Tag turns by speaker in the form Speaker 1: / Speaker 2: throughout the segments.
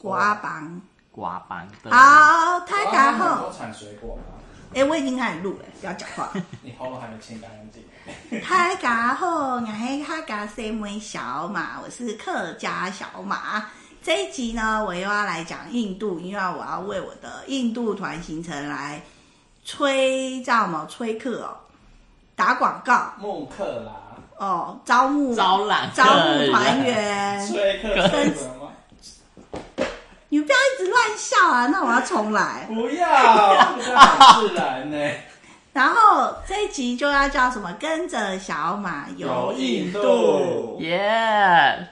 Speaker 1: 瓜棒。
Speaker 2: 瓜棒的
Speaker 1: 好，太嘎
Speaker 3: 哇很
Speaker 1: 后，
Speaker 3: 多产水果嘛，
Speaker 1: 哎、我已经开始录了，不要讲话。
Speaker 3: 你喉咙还没清干净。
Speaker 1: 太嘎后，我是太嘎 C 妹小马，我是客家小马。这一集呢，我又要来讲印度，因为我要为我的印度团行程来吹叫什么吹客哦，打广告
Speaker 3: 木克啦，
Speaker 1: 哦，招募
Speaker 2: 招揽
Speaker 1: 招募团
Speaker 2: 团
Speaker 1: 员。
Speaker 3: 吹克吹什么？
Speaker 1: 你不要一直乱笑啊！那我要重来。
Speaker 3: 不要，这样很自然呢、
Speaker 1: 然后这一集就要叫什么？跟着小马游印度。
Speaker 2: 耶！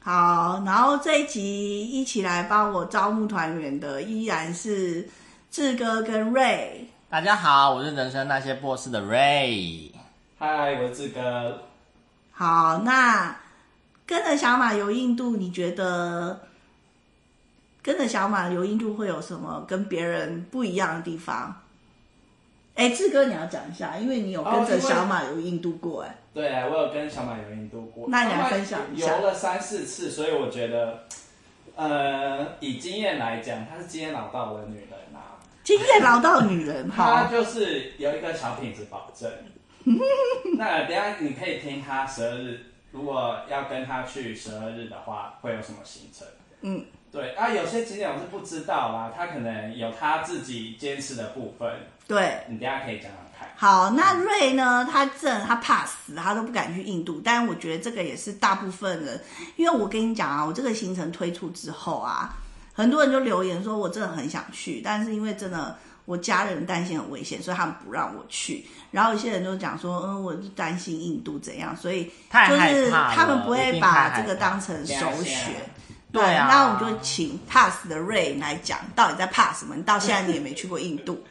Speaker 1: 好，然后这一集一起来帮我招募团员的依然是志哥跟瑞。
Speaker 2: 大家好，我是人生那些 boss 的 Ray。
Speaker 3: 嗨，我是志哥。
Speaker 1: 好，那跟着小马游印度，你觉得跟着小马游印度会有什么跟别人不一样的地方？哎，志哥，你要讲一下，因为你有跟
Speaker 3: 哦因
Speaker 1: 着
Speaker 3: 为
Speaker 1: 小马游印度过， 哎、
Speaker 3: 对，我有跟小马游印度过，
Speaker 1: 那你来分享一下
Speaker 3: 游了三四次，所以我觉得，呃，以经验来讲，她是经验老道的女人啊，
Speaker 1: 经验老到女人，
Speaker 3: 她
Speaker 1: 好，
Speaker 3: 就是有一个小品质保证。那等一下你可以听她十二日，如果要跟她去十二日的话，会有什么行程？
Speaker 1: 嗯，
Speaker 3: 对啊，有些景点我是不知道啦，她可能有她自己坚持的部分，
Speaker 1: 对。
Speaker 3: 你等一下可以讲讲看。
Speaker 1: 好，那瑞呢？他真的他怕死，他都不敢去印度。但我觉得这个也是大部分人，因为我跟你讲啊，我这个行程推出之后啊，很多人就留言说我真的很想去，但是因为真的我家人担心很危险，所以他们不让我去。然后有些人就讲说，嗯，我就担心印度怎样，所以
Speaker 2: 太
Speaker 1: 就
Speaker 2: 害
Speaker 1: 是
Speaker 2: 怕了
Speaker 1: 他们不
Speaker 2: 一
Speaker 1: 会
Speaker 2: 定太害
Speaker 1: 把
Speaker 2: 怕
Speaker 1: 这个当成
Speaker 3: 等一
Speaker 1: 首
Speaker 3: 下
Speaker 1: 选。
Speaker 2: 对啊
Speaker 1: 那我们就请 pass 的瑞来讲，到底在怕什么？你到现在你也没去过印度，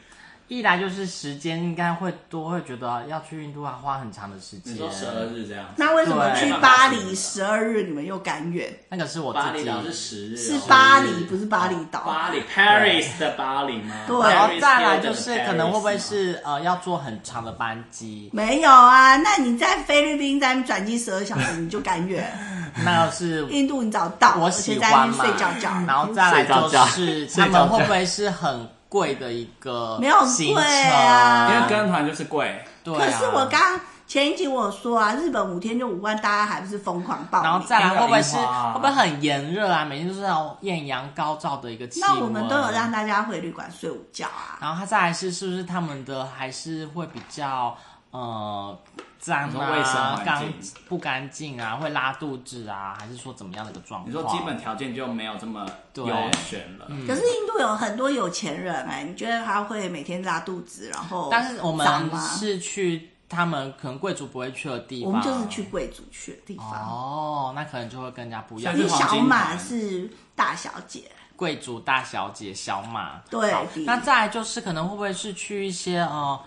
Speaker 2: 一来就是时间应该会多，会觉得要去印度要花很长的时间
Speaker 4: 你。说十二日这样，
Speaker 1: 那为什么
Speaker 2: 对
Speaker 1: 去巴黎十二日你们又甘愿？
Speaker 2: 那个是我
Speaker 4: 巴
Speaker 2: 自
Speaker 4: 厘
Speaker 2: 己
Speaker 4: 岛是十日，
Speaker 2: 啊
Speaker 1: 是
Speaker 4: 哦
Speaker 1: 巴黎，不是巴厘岛。
Speaker 4: 巴黎 Paris 的巴黎吗？
Speaker 1: 对
Speaker 2: 然
Speaker 4: Paris
Speaker 2: 后再来
Speaker 4: Hilton 的
Speaker 2: 就是可能会不会
Speaker 4: Paris 吗
Speaker 2: 是呃要坐很长的班 机，
Speaker 1: 没有啊，那你在菲律宾在那边转机十二小时，你就甘愿；
Speaker 2: 那是
Speaker 1: 印度你早到，
Speaker 2: 我
Speaker 1: 而且
Speaker 2: 喜
Speaker 1: 在那
Speaker 2: 欢
Speaker 1: 边
Speaker 2: 嘛
Speaker 1: 睡觉觉，，
Speaker 2: 然后再来就
Speaker 4: 睡
Speaker 2: 是
Speaker 4: 觉觉
Speaker 2: 他们会不会是很贵的一个
Speaker 1: 没有很
Speaker 2: 行
Speaker 1: 贵
Speaker 2: 程？
Speaker 1: 啊
Speaker 4: 因为跟团就是贵，
Speaker 2: 对啊
Speaker 1: 可是我刚前一集我有说啊，日本五天就五万，大家还不是疯狂报名？
Speaker 2: 然后再来会不会是
Speaker 4: 樱花
Speaker 2: 会不会很炎热啊？每天都是那种艳阳高照的一个气温。
Speaker 1: 那我们都有让大家回旅馆睡午觉啊。
Speaker 2: 然后它再来是是不是他们的还是会比较呃脏
Speaker 4: 你说卫生
Speaker 2: 啊
Speaker 4: 环、境
Speaker 2: 干不干净啊，会拉肚子啊，还是说怎么样的一个状况？
Speaker 4: 你说基本条件就没有这么
Speaker 2: 对
Speaker 4: 优选了。
Speaker 1: 可是印度有很多有钱人哎、你觉得他会每天拉肚子，然后
Speaker 2: 但是我们
Speaker 1: 脏吗？
Speaker 2: 是去他们可能贵族不会去的地
Speaker 1: 我
Speaker 2: 方，
Speaker 1: 们就是去贵族去的地方。
Speaker 2: 哦，那可能就会更加不一样。
Speaker 4: 像
Speaker 1: 因
Speaker 4: 是
Speaker 1: 为
Speaker 4: 黄
Speaker 1: 小
Speaker 4: 金
Speaker 1: 马
Speaker 2: 啊
Speaker 4: 团
Speaker 1: 是大小姐，
Speaker 2: 贵族大小姐小马，
Speaker 1: 对
Speaker 2: 好
Speaker 1: 比
Speaker 2: 那再来就是可能会不会是去一些呃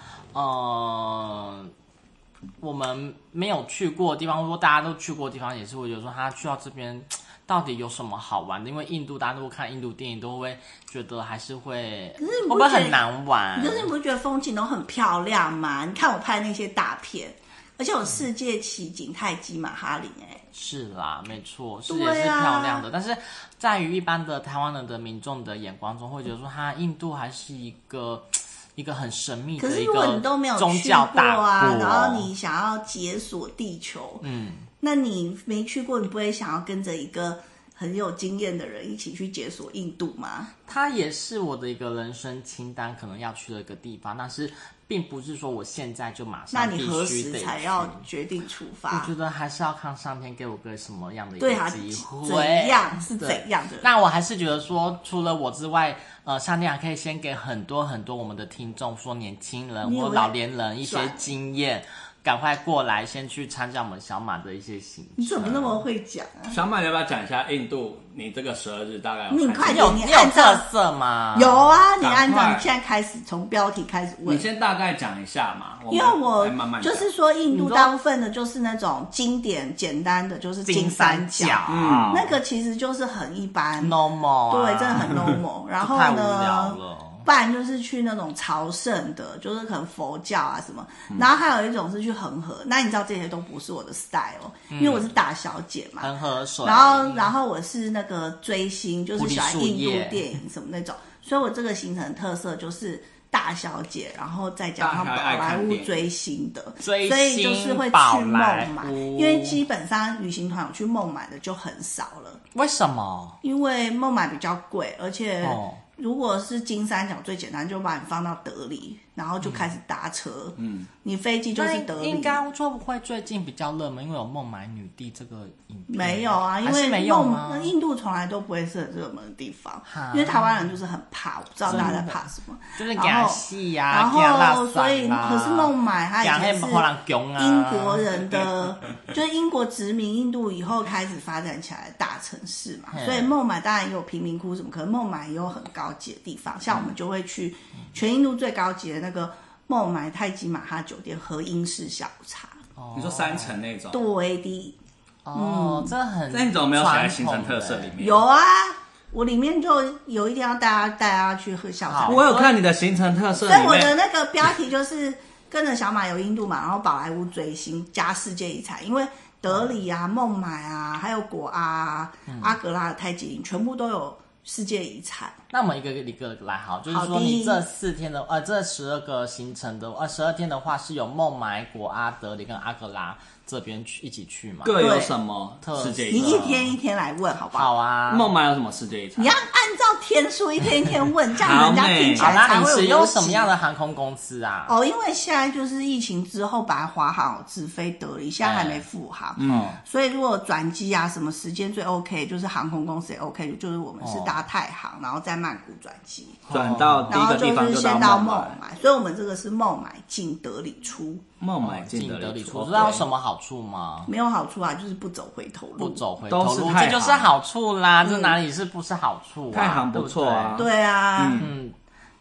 Speaker 2: 呃我们没有去过的地方，或者说大家都去过的地方，也是会觉得说他去到这边到底有什么好玩的？因为印度大家都看印度电影，都会觉得还是会，
Speaker 1: 是
Speaker 2: 会
Speaker 1: 你不
Speaker 2: 不会
Speaker 1: 觉得
Speaker 2: 很难玩？
Speaker 1: 可是你不觉得风景都很漂亮吗？你看我拍那些大片，而
Speaker 2: 嗯
Speaker 1: 且有世界奇景泰姬玛哈林、哎，
Speaker 2: 是啦，没错，是
Speaker 1: 对
Speaker 2: 也
Speaker 1: 啊
Speaker 2: 是漂亮的，但是在于一般的台湾人的民众的眼光中，会觉得说，它印度还是一个一个很神秘
Speaker 1: 可
Speaker 2: 的
Speaker 1: 是
Speaker 2: 一
Speaker 1: 如果
Speaker 2: 个
Speaker 1: 你都没有
Speaker 2: 宗
Speaker 1: 去
Speaker 2: 教
Speaker 1: 过
Speaker 2: 大
Speaker 1: 啊，
Speaker 2: 国
Speaker 1: 然后你想要解锁地球，嗯，那你没去过，你不会想要跟着一个很有经验的人一起去解锁印度吗？
Speaker 2: 它也是我的一个人生清单，可能要去的一个地方，但是并不是说我现在就马
Speaker 1: 那
Speaker 2: 上必
Speaker 1: 你何
Speaker 2: 须
Speaker 1: 时
Speaker 2: 得
Speaker 1: 才
Speaker 2: 去
Speaker 1: 要决定出
Speaker 2: 我
Speaker 1: 发
Speaker 2: 觉？得还是要看上天给我个什么样的一个
Speaker 1: 啊对啊，
Speaker 2: 机会，
Speaker 1: 怎样是
Speaker 2: 对
Speaker 1: 怎样的？
Speaker 2: 那我还是觉得说，除了我之外，呃，上帝还可以先给很多很多我们的听众，说年轻人
Speaker 1: 你有
Speaker 2: 或
Speaker 1: 没有
Speaker 2: 老年人一些
Speaker 1: 转
Speaker 2: 经验，赶快过来先去参加我们小马的一些行程。
Speaker 1: 你怎么那么会讲啊？
Speaker 4: 小马，你要不要讲一下印度？你这个十二日大概有
Speaker 1: 你
Speaker 4: 看
Speaker 1: 快
Speaker 4: 几
Speaker 1: 点
Speaker 2: 有
Speaker 1: 你
Speaker 2: 你
Speaker 1: 按
Speaker 2: 有
Speaker 1: 照
Speaker 2: 特色吗？
Speaker 1: 有啊，你按
Speaker 4: 赶
Speaker 1: 照
Speaker 4: 快
Speaker 1: 你现在开始从标题开始问
Speaker 4: 你，先大概讲一下嘛，
Speaker 1: 因为
Speaker 4: 们
Speaker 1: 我
Speaker 4: 来慢慢讲
Speaker 1: 就是说，印度
Speaker 2: 你说
Speaker 1: 大部分的就是那种经典简单的，就是
Speaker 2: 金
Speaker 1: 三
Speaker 2: 三
Speaker 1: 角，
Speaker 2: 角，
Speaker 4: 嗯
Speaker 1: 那个其实就是很一般，
Speaker 2: ，normal，、啊、
Speaker 1: 对，真的很 normal。然后
Speaker 2: 太无聊
Speaker 1: 呢，
Speaker 2: 了。
Speaker 1: 不然就是去那种朝圣的，就是可能佛教啊什么。
Speaker 2: 嗯
Speaker 1: 然后还有一种是去恒河，那你知道这些都不是我的 style，、哦，
Speaker 2: 嗯
Speaker 1: 因为我是大小姐嘛。
Speaker 2: 恒河水，
Speaker 1: 然后，然后我是那个追星，就是喜欢
Speaker 2: 菩提树
Speaker 1: 印度
Speaker 2: 叶
Speaker 1: 电影什么那种，所以我这个行程的特色就是大小姐，然后再加上
Speaker 4: 大
Speaker 1: 宝
Speaker 4: 小爱看
Speaker 1: 莱坞
Speaker 4: 电影
Speaker 1: 追星的，
Speaker 2: 追
Speaker 1: 所以
Speaker 2: 星
Speaker 1: 就是会
Speaker 2: 宝
Speaker 1: 去孟
Speaker 2: 莱
Speaker 1: 买，
Speaker 2: 坞
Speaker 1: 因为基本上旅行团有去孟买的就很少了，
Speaker 2: 为什么？
Speaker 1: 因为孟买比较贵，而且
Speaker 2: 哦
Speaker 1: 如果是金三角最简单，就把你放到德里，然后就开始搭车，嗯，你飞机就是德
Speaker 2: 那
Speaker 1: 里，
Speaker 2: 应该欧洲不会最近比较热门，因为有孟买女帝这个影片。
Speaker 1: 没有啊，因
Speaker 2: 还
Speaker 1: 为
Speaker 2: 是没有
Speaker 1: 孟
Speaker 2: 吗？
Speaker 1: 印度从来都不会是很热门的地方
Speaker 2: 哈，
Speaker 1: 因为台湾人就是很怕，我不知道大家在怕什么。
Speaker 2: 就是啊
Speaker 1: 然后
Speaker 2: 亚细呀，
Speaker 1: 然
Speaker 2: 怕辣
Speaker 1: 后，
Speaker 2: 嗓
Speaker 1: 所以
Speaker 2: 啊
Speaker 1: 可是孟买它
Speaker 2: 讲
Speaker 1: 以
Speaker 2: 那
Speaker 1: 前是
Speaker 2: 荷兰囧啊，
Speaker 1: 英国人的， 就是英国殖民印度以后开始发展起来的大城市嘛，
Speaker 2: 嘿
Speaker 1: 所以孟买当然也有贫民窟什么，可是孟买也有很高级的地方，像我们就会去
Speaker 2: 嗯
Speaker 1: 全印度最高级的那个孟买泰姬玛哈酒店喝英式下午茶，
Speaker 2: 哦
Speaker 4: 你说三层那种，
Speaker 1: 对的。
Speaker 2: 哦，这很
Speaker 4: 那你怎么没有写在行程特色里
Speaker 2: 传统
Speaker 4: 面？
Speaker 1: 有啊，我里面就有一天要带他带他去喝小茶
Speaker 2: 好，
Speaker 4: 我有看你的行程特色
Speaker 1: 所以
Speaker 4: 里
Speaker 1: 我的
Speaker 4: 面，
Speaker 1: 那个标题就是跟着小马游印度嘛，然后宝莱坞追星加世界遗产，因为德里啊、孟买啊，还有果阿、啊、阿格拉的泰姬陵，全部都有世界遗产。
Speaker 2: 的。那我们一个一个来好，就是
Speaker 1: 好
Speaker 2: 说
Speaker 1: 的
Speaker 2: 你这四天的呃这十二个行程的呃十二天的话是有孟买、果阿、德里跟阿格拉这边去一起去嘛？
Speaker 4: 各有什么
Speaker 2: 对
Speaker 4: 世界
Speaker 1: 你
Speaker 4: 遗
Speaker 1: 一
Speaker 4: 产？
Speaker 1: 天一天来问，好不好？
Speaker 2: 嗯好啊，
Speaker 4: 孟买有什么世界遗产
Speaker 1: 你？要按照天数一天一天问，这样人家
Speaker 4: 好美
Speaker 1: 听起
Speaker 2: 好
Speaker 1: 来
Speaker 2: 啦，
Speaker 1: 才
Speaker 2: 你
Speaker 1: 会
Speaker 2: 使
Speaker 1: 有
Speaker 2: 用什么样的航空公司啊？
Speaker 1: 哦，因为现在就是疫情之后，本来华航只飞德里，现在还没复航，
Speaker 2: 哎
Speaker 1: 嗯，所以如果转机啊什么时间最 OK，就是航空公司也 OK，就是我们是搭太航，然后在曼谷转机，
Speaker 4: 转到哦第
Speaker 1: 然
Speaker 4: 一
Speaker 1: 后
Speaker 4: 个地方
Speaker 1: 是先
Speaker 4: 到
Speaker 1: 到
Speaker 4: 孟买，
Speaker 1: 买，所以我们这个是孟买进德里出，
Speaker 4: 孟
Speaker 1: 哦
Speaker 4: 买
Speaker 2: 进
Speaker 4: 进
Speaker 2: 德里出，
Speaker 4: 出，
Speaker 2: 知道有
Speaker 4: OK
Speaker 1: 嗯
Speaker 2: 什么好处吗？
Speaker 1: 没有好处啊，就是不走回头路，
Speaker 2: 不。走回头
Speaker 4: 都是
Speaker 2: 路，
Speaker 4: 太
Speaker 2: 这
Speaker 4: 行
Speaker 2: 就是好处啦。
Speaker 1: 嗯
Speaker 2: 这哪里是不是好处啊？
Speaker 4: 太行不错啊
Speaker 2: 对不对
Speaker 1: 对啊，
Speaker 2: 嗯，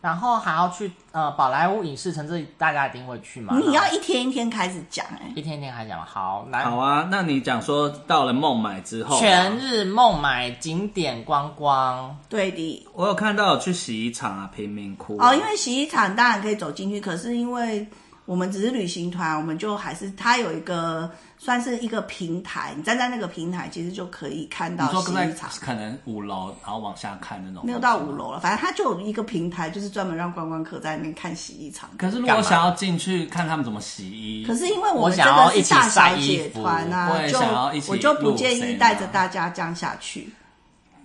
Speaker 2: 然后还要去呃宝莱坞影视城，这里大家一定会去嘛。
Speaker 4: 嗯
Speaker 1: 嗯你要一天一天开始讲哎、
Speaker 2: 一天一天还讲好，来
Speaker 4: 好啊，那你讲说到了孟买之后啊，
Speaker 2: 全日孟买景点观光，
Speaker 1: 对的。
Speaker 4: 我有看到有去洗衣厂啊、贫民窟啊
Speaker 1: 哦，因为洗衣厂当然可以走进去，可是因为我们只是旅行团，我们就还是它有一个算是一个平台，你站在那个平台其实就可以看
Speaker 4: 你
Speaker 1: 到
Speaker 4: 说
Speaker 1: 洗
Speaker 4: 跟在
Speaker 1: 衣厂。
Speaker 4: 可能五楼，然后往下看那种，
Speaker 1: 没有到五。楼了，反正它就有一个平台，就是专门让观光客在那边看洗衣厂。
Speaker 4: 可是如
Speaker 2: 干
Speaker 4: 果
Speaker 2: 嘛
Speaker 4: 想要进去看他们怎么洗衣，
Speaker 1: 可是因为
Speaker 2: 我
Speaker 1: 们这
Speaker 2: 想要
Speaker 1: 个
Speaker 2: 一
Speaker 1: 是
Speaker 2: 起
Speaker 1: 大
Speaker 2: 晒
Speaker 1: 小
Speaker 2: 衣
Speaker 1: 姐
Speaker 2: 服
Speaker 1: 团啊
Speaker 4: 我，也
Speaker 1: 就
Speaker 4: 想要一起
Speaker 1: 我就不
Speaker 4: 录
Speaker 1: 建
Speaker 4: 谁
Speaker 1: 议
Speaker 4: 呢
Speaker 1: 带着
Speaker 2: 啊
Speaker 1: 大家这样下去。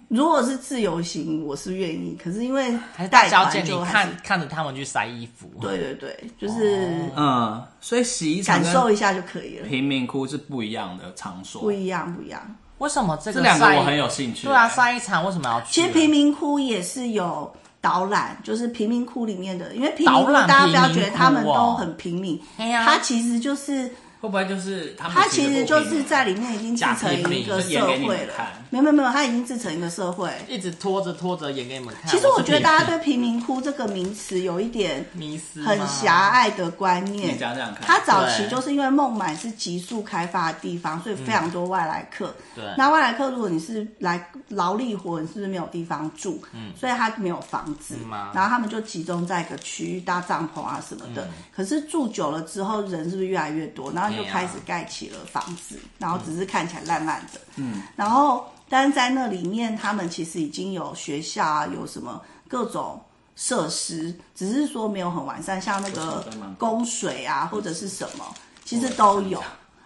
Speaker 1: 如果是自由行，我是愿意，可是因为
Speaker 2: 还是大
Speaker 1: 带
Speaker 2: 小姐
Speaker 1: 团
Speaker 2: 你
Speaker 1: 就还
Speaker 2: 看
Speaker 1: 是
Speaker 2: 看着他们去晒衣服，
Speaker 1: 对对对，就是
Speaker 2: 哦
Speaker 4: 嗯，所以洗衣厂
Speaker 1: 感受
Speaker 4: 跟
Speaker 1: 一下就可以了，
Speaker 4: 贫民窟是不一样的场所
Speaker 1: 不，一样不一样。
Speaker 2: 为什么这
Speaker 4: 这
Speaker 2: 个
Speaker 4: 两个
Speaker 2: 晒衣
Speaker 4: 我很有兴趣。
Speaker 2: 对啊，晒衣场为什么要去？
Speaker 1: 其实贫民窟也是有导览，就是贫民窟里面的，因为贫民
Speaker 2: 导
Speaker 1: 窟
Speaker 2: 览
Speaker 1: 大家不要觉
Speaker 2: 贫
Speaker 1: 得
Speaker 2: 民窟
Speaker 1: 他们
Speaker 2: 哦
Speaker 1: 都很平民，
Speaker 2: 哎呀
Speaker 1: 它其实就是
Speaker 4: 会不会就是他们
Speaker 1: 它其
Speaker 4: 实
Speaker 1: 实就是在里面已经制
Speaker 4: 假
Speaker 1: 成
Speaker 4: 平民
Speaker 1: 一个
Speaker 4: 就演
Speaker 1: 社
Speaker 4: 给你
Speaker 1: 会
Speaker 4: 们
Speaker 1: 了
Speaker 4: 看，
Speaker 1: 没有没有没有，它已经制成一个社会。
Speaker 2: 一直拖着拖着演给你们看。
Speaker 1: 其实我觉得大家
Speaker 2: 都
Speaker 1: 对贫民窟这个名词有一点
Speaker 2: 迷失
Speaker 1: 很狭隘的观
Speaker 4: 你
Speaker 1: 念
Speaker 4: 讲讲。看
Speaker 1: 它早期
Speaker 2: 对
Speaker 1: 就是因为孟买是急速开发的地方，所以非常多外来
Speaker 4: 嗯
Speaker 1: 客。
Speaker 2: 对
Speaker 1: 那外来客如果你是来劳力活，你是不是没有地方住？嗯，所以他没有房子
Speaker 2: 嗯啊，
Speaker 1: 然后他们就集中在一个区域搭帐篷啊什么
Speaker 4: 嗯
Speaker 1: 的。可是住久了之后，人是不是越来越多？然后
Speaker 4: 哎
Speaker 1: 就
Speaker 2: 对啊
Speaker 1: 开始盖起了房子，然后只是看起来烂烂的。嗯，然后但是在那里面，他们其实已经有学校啊，有什么各种。设施只是说没有很完善，像那个供水啊或者是什么，其实都有。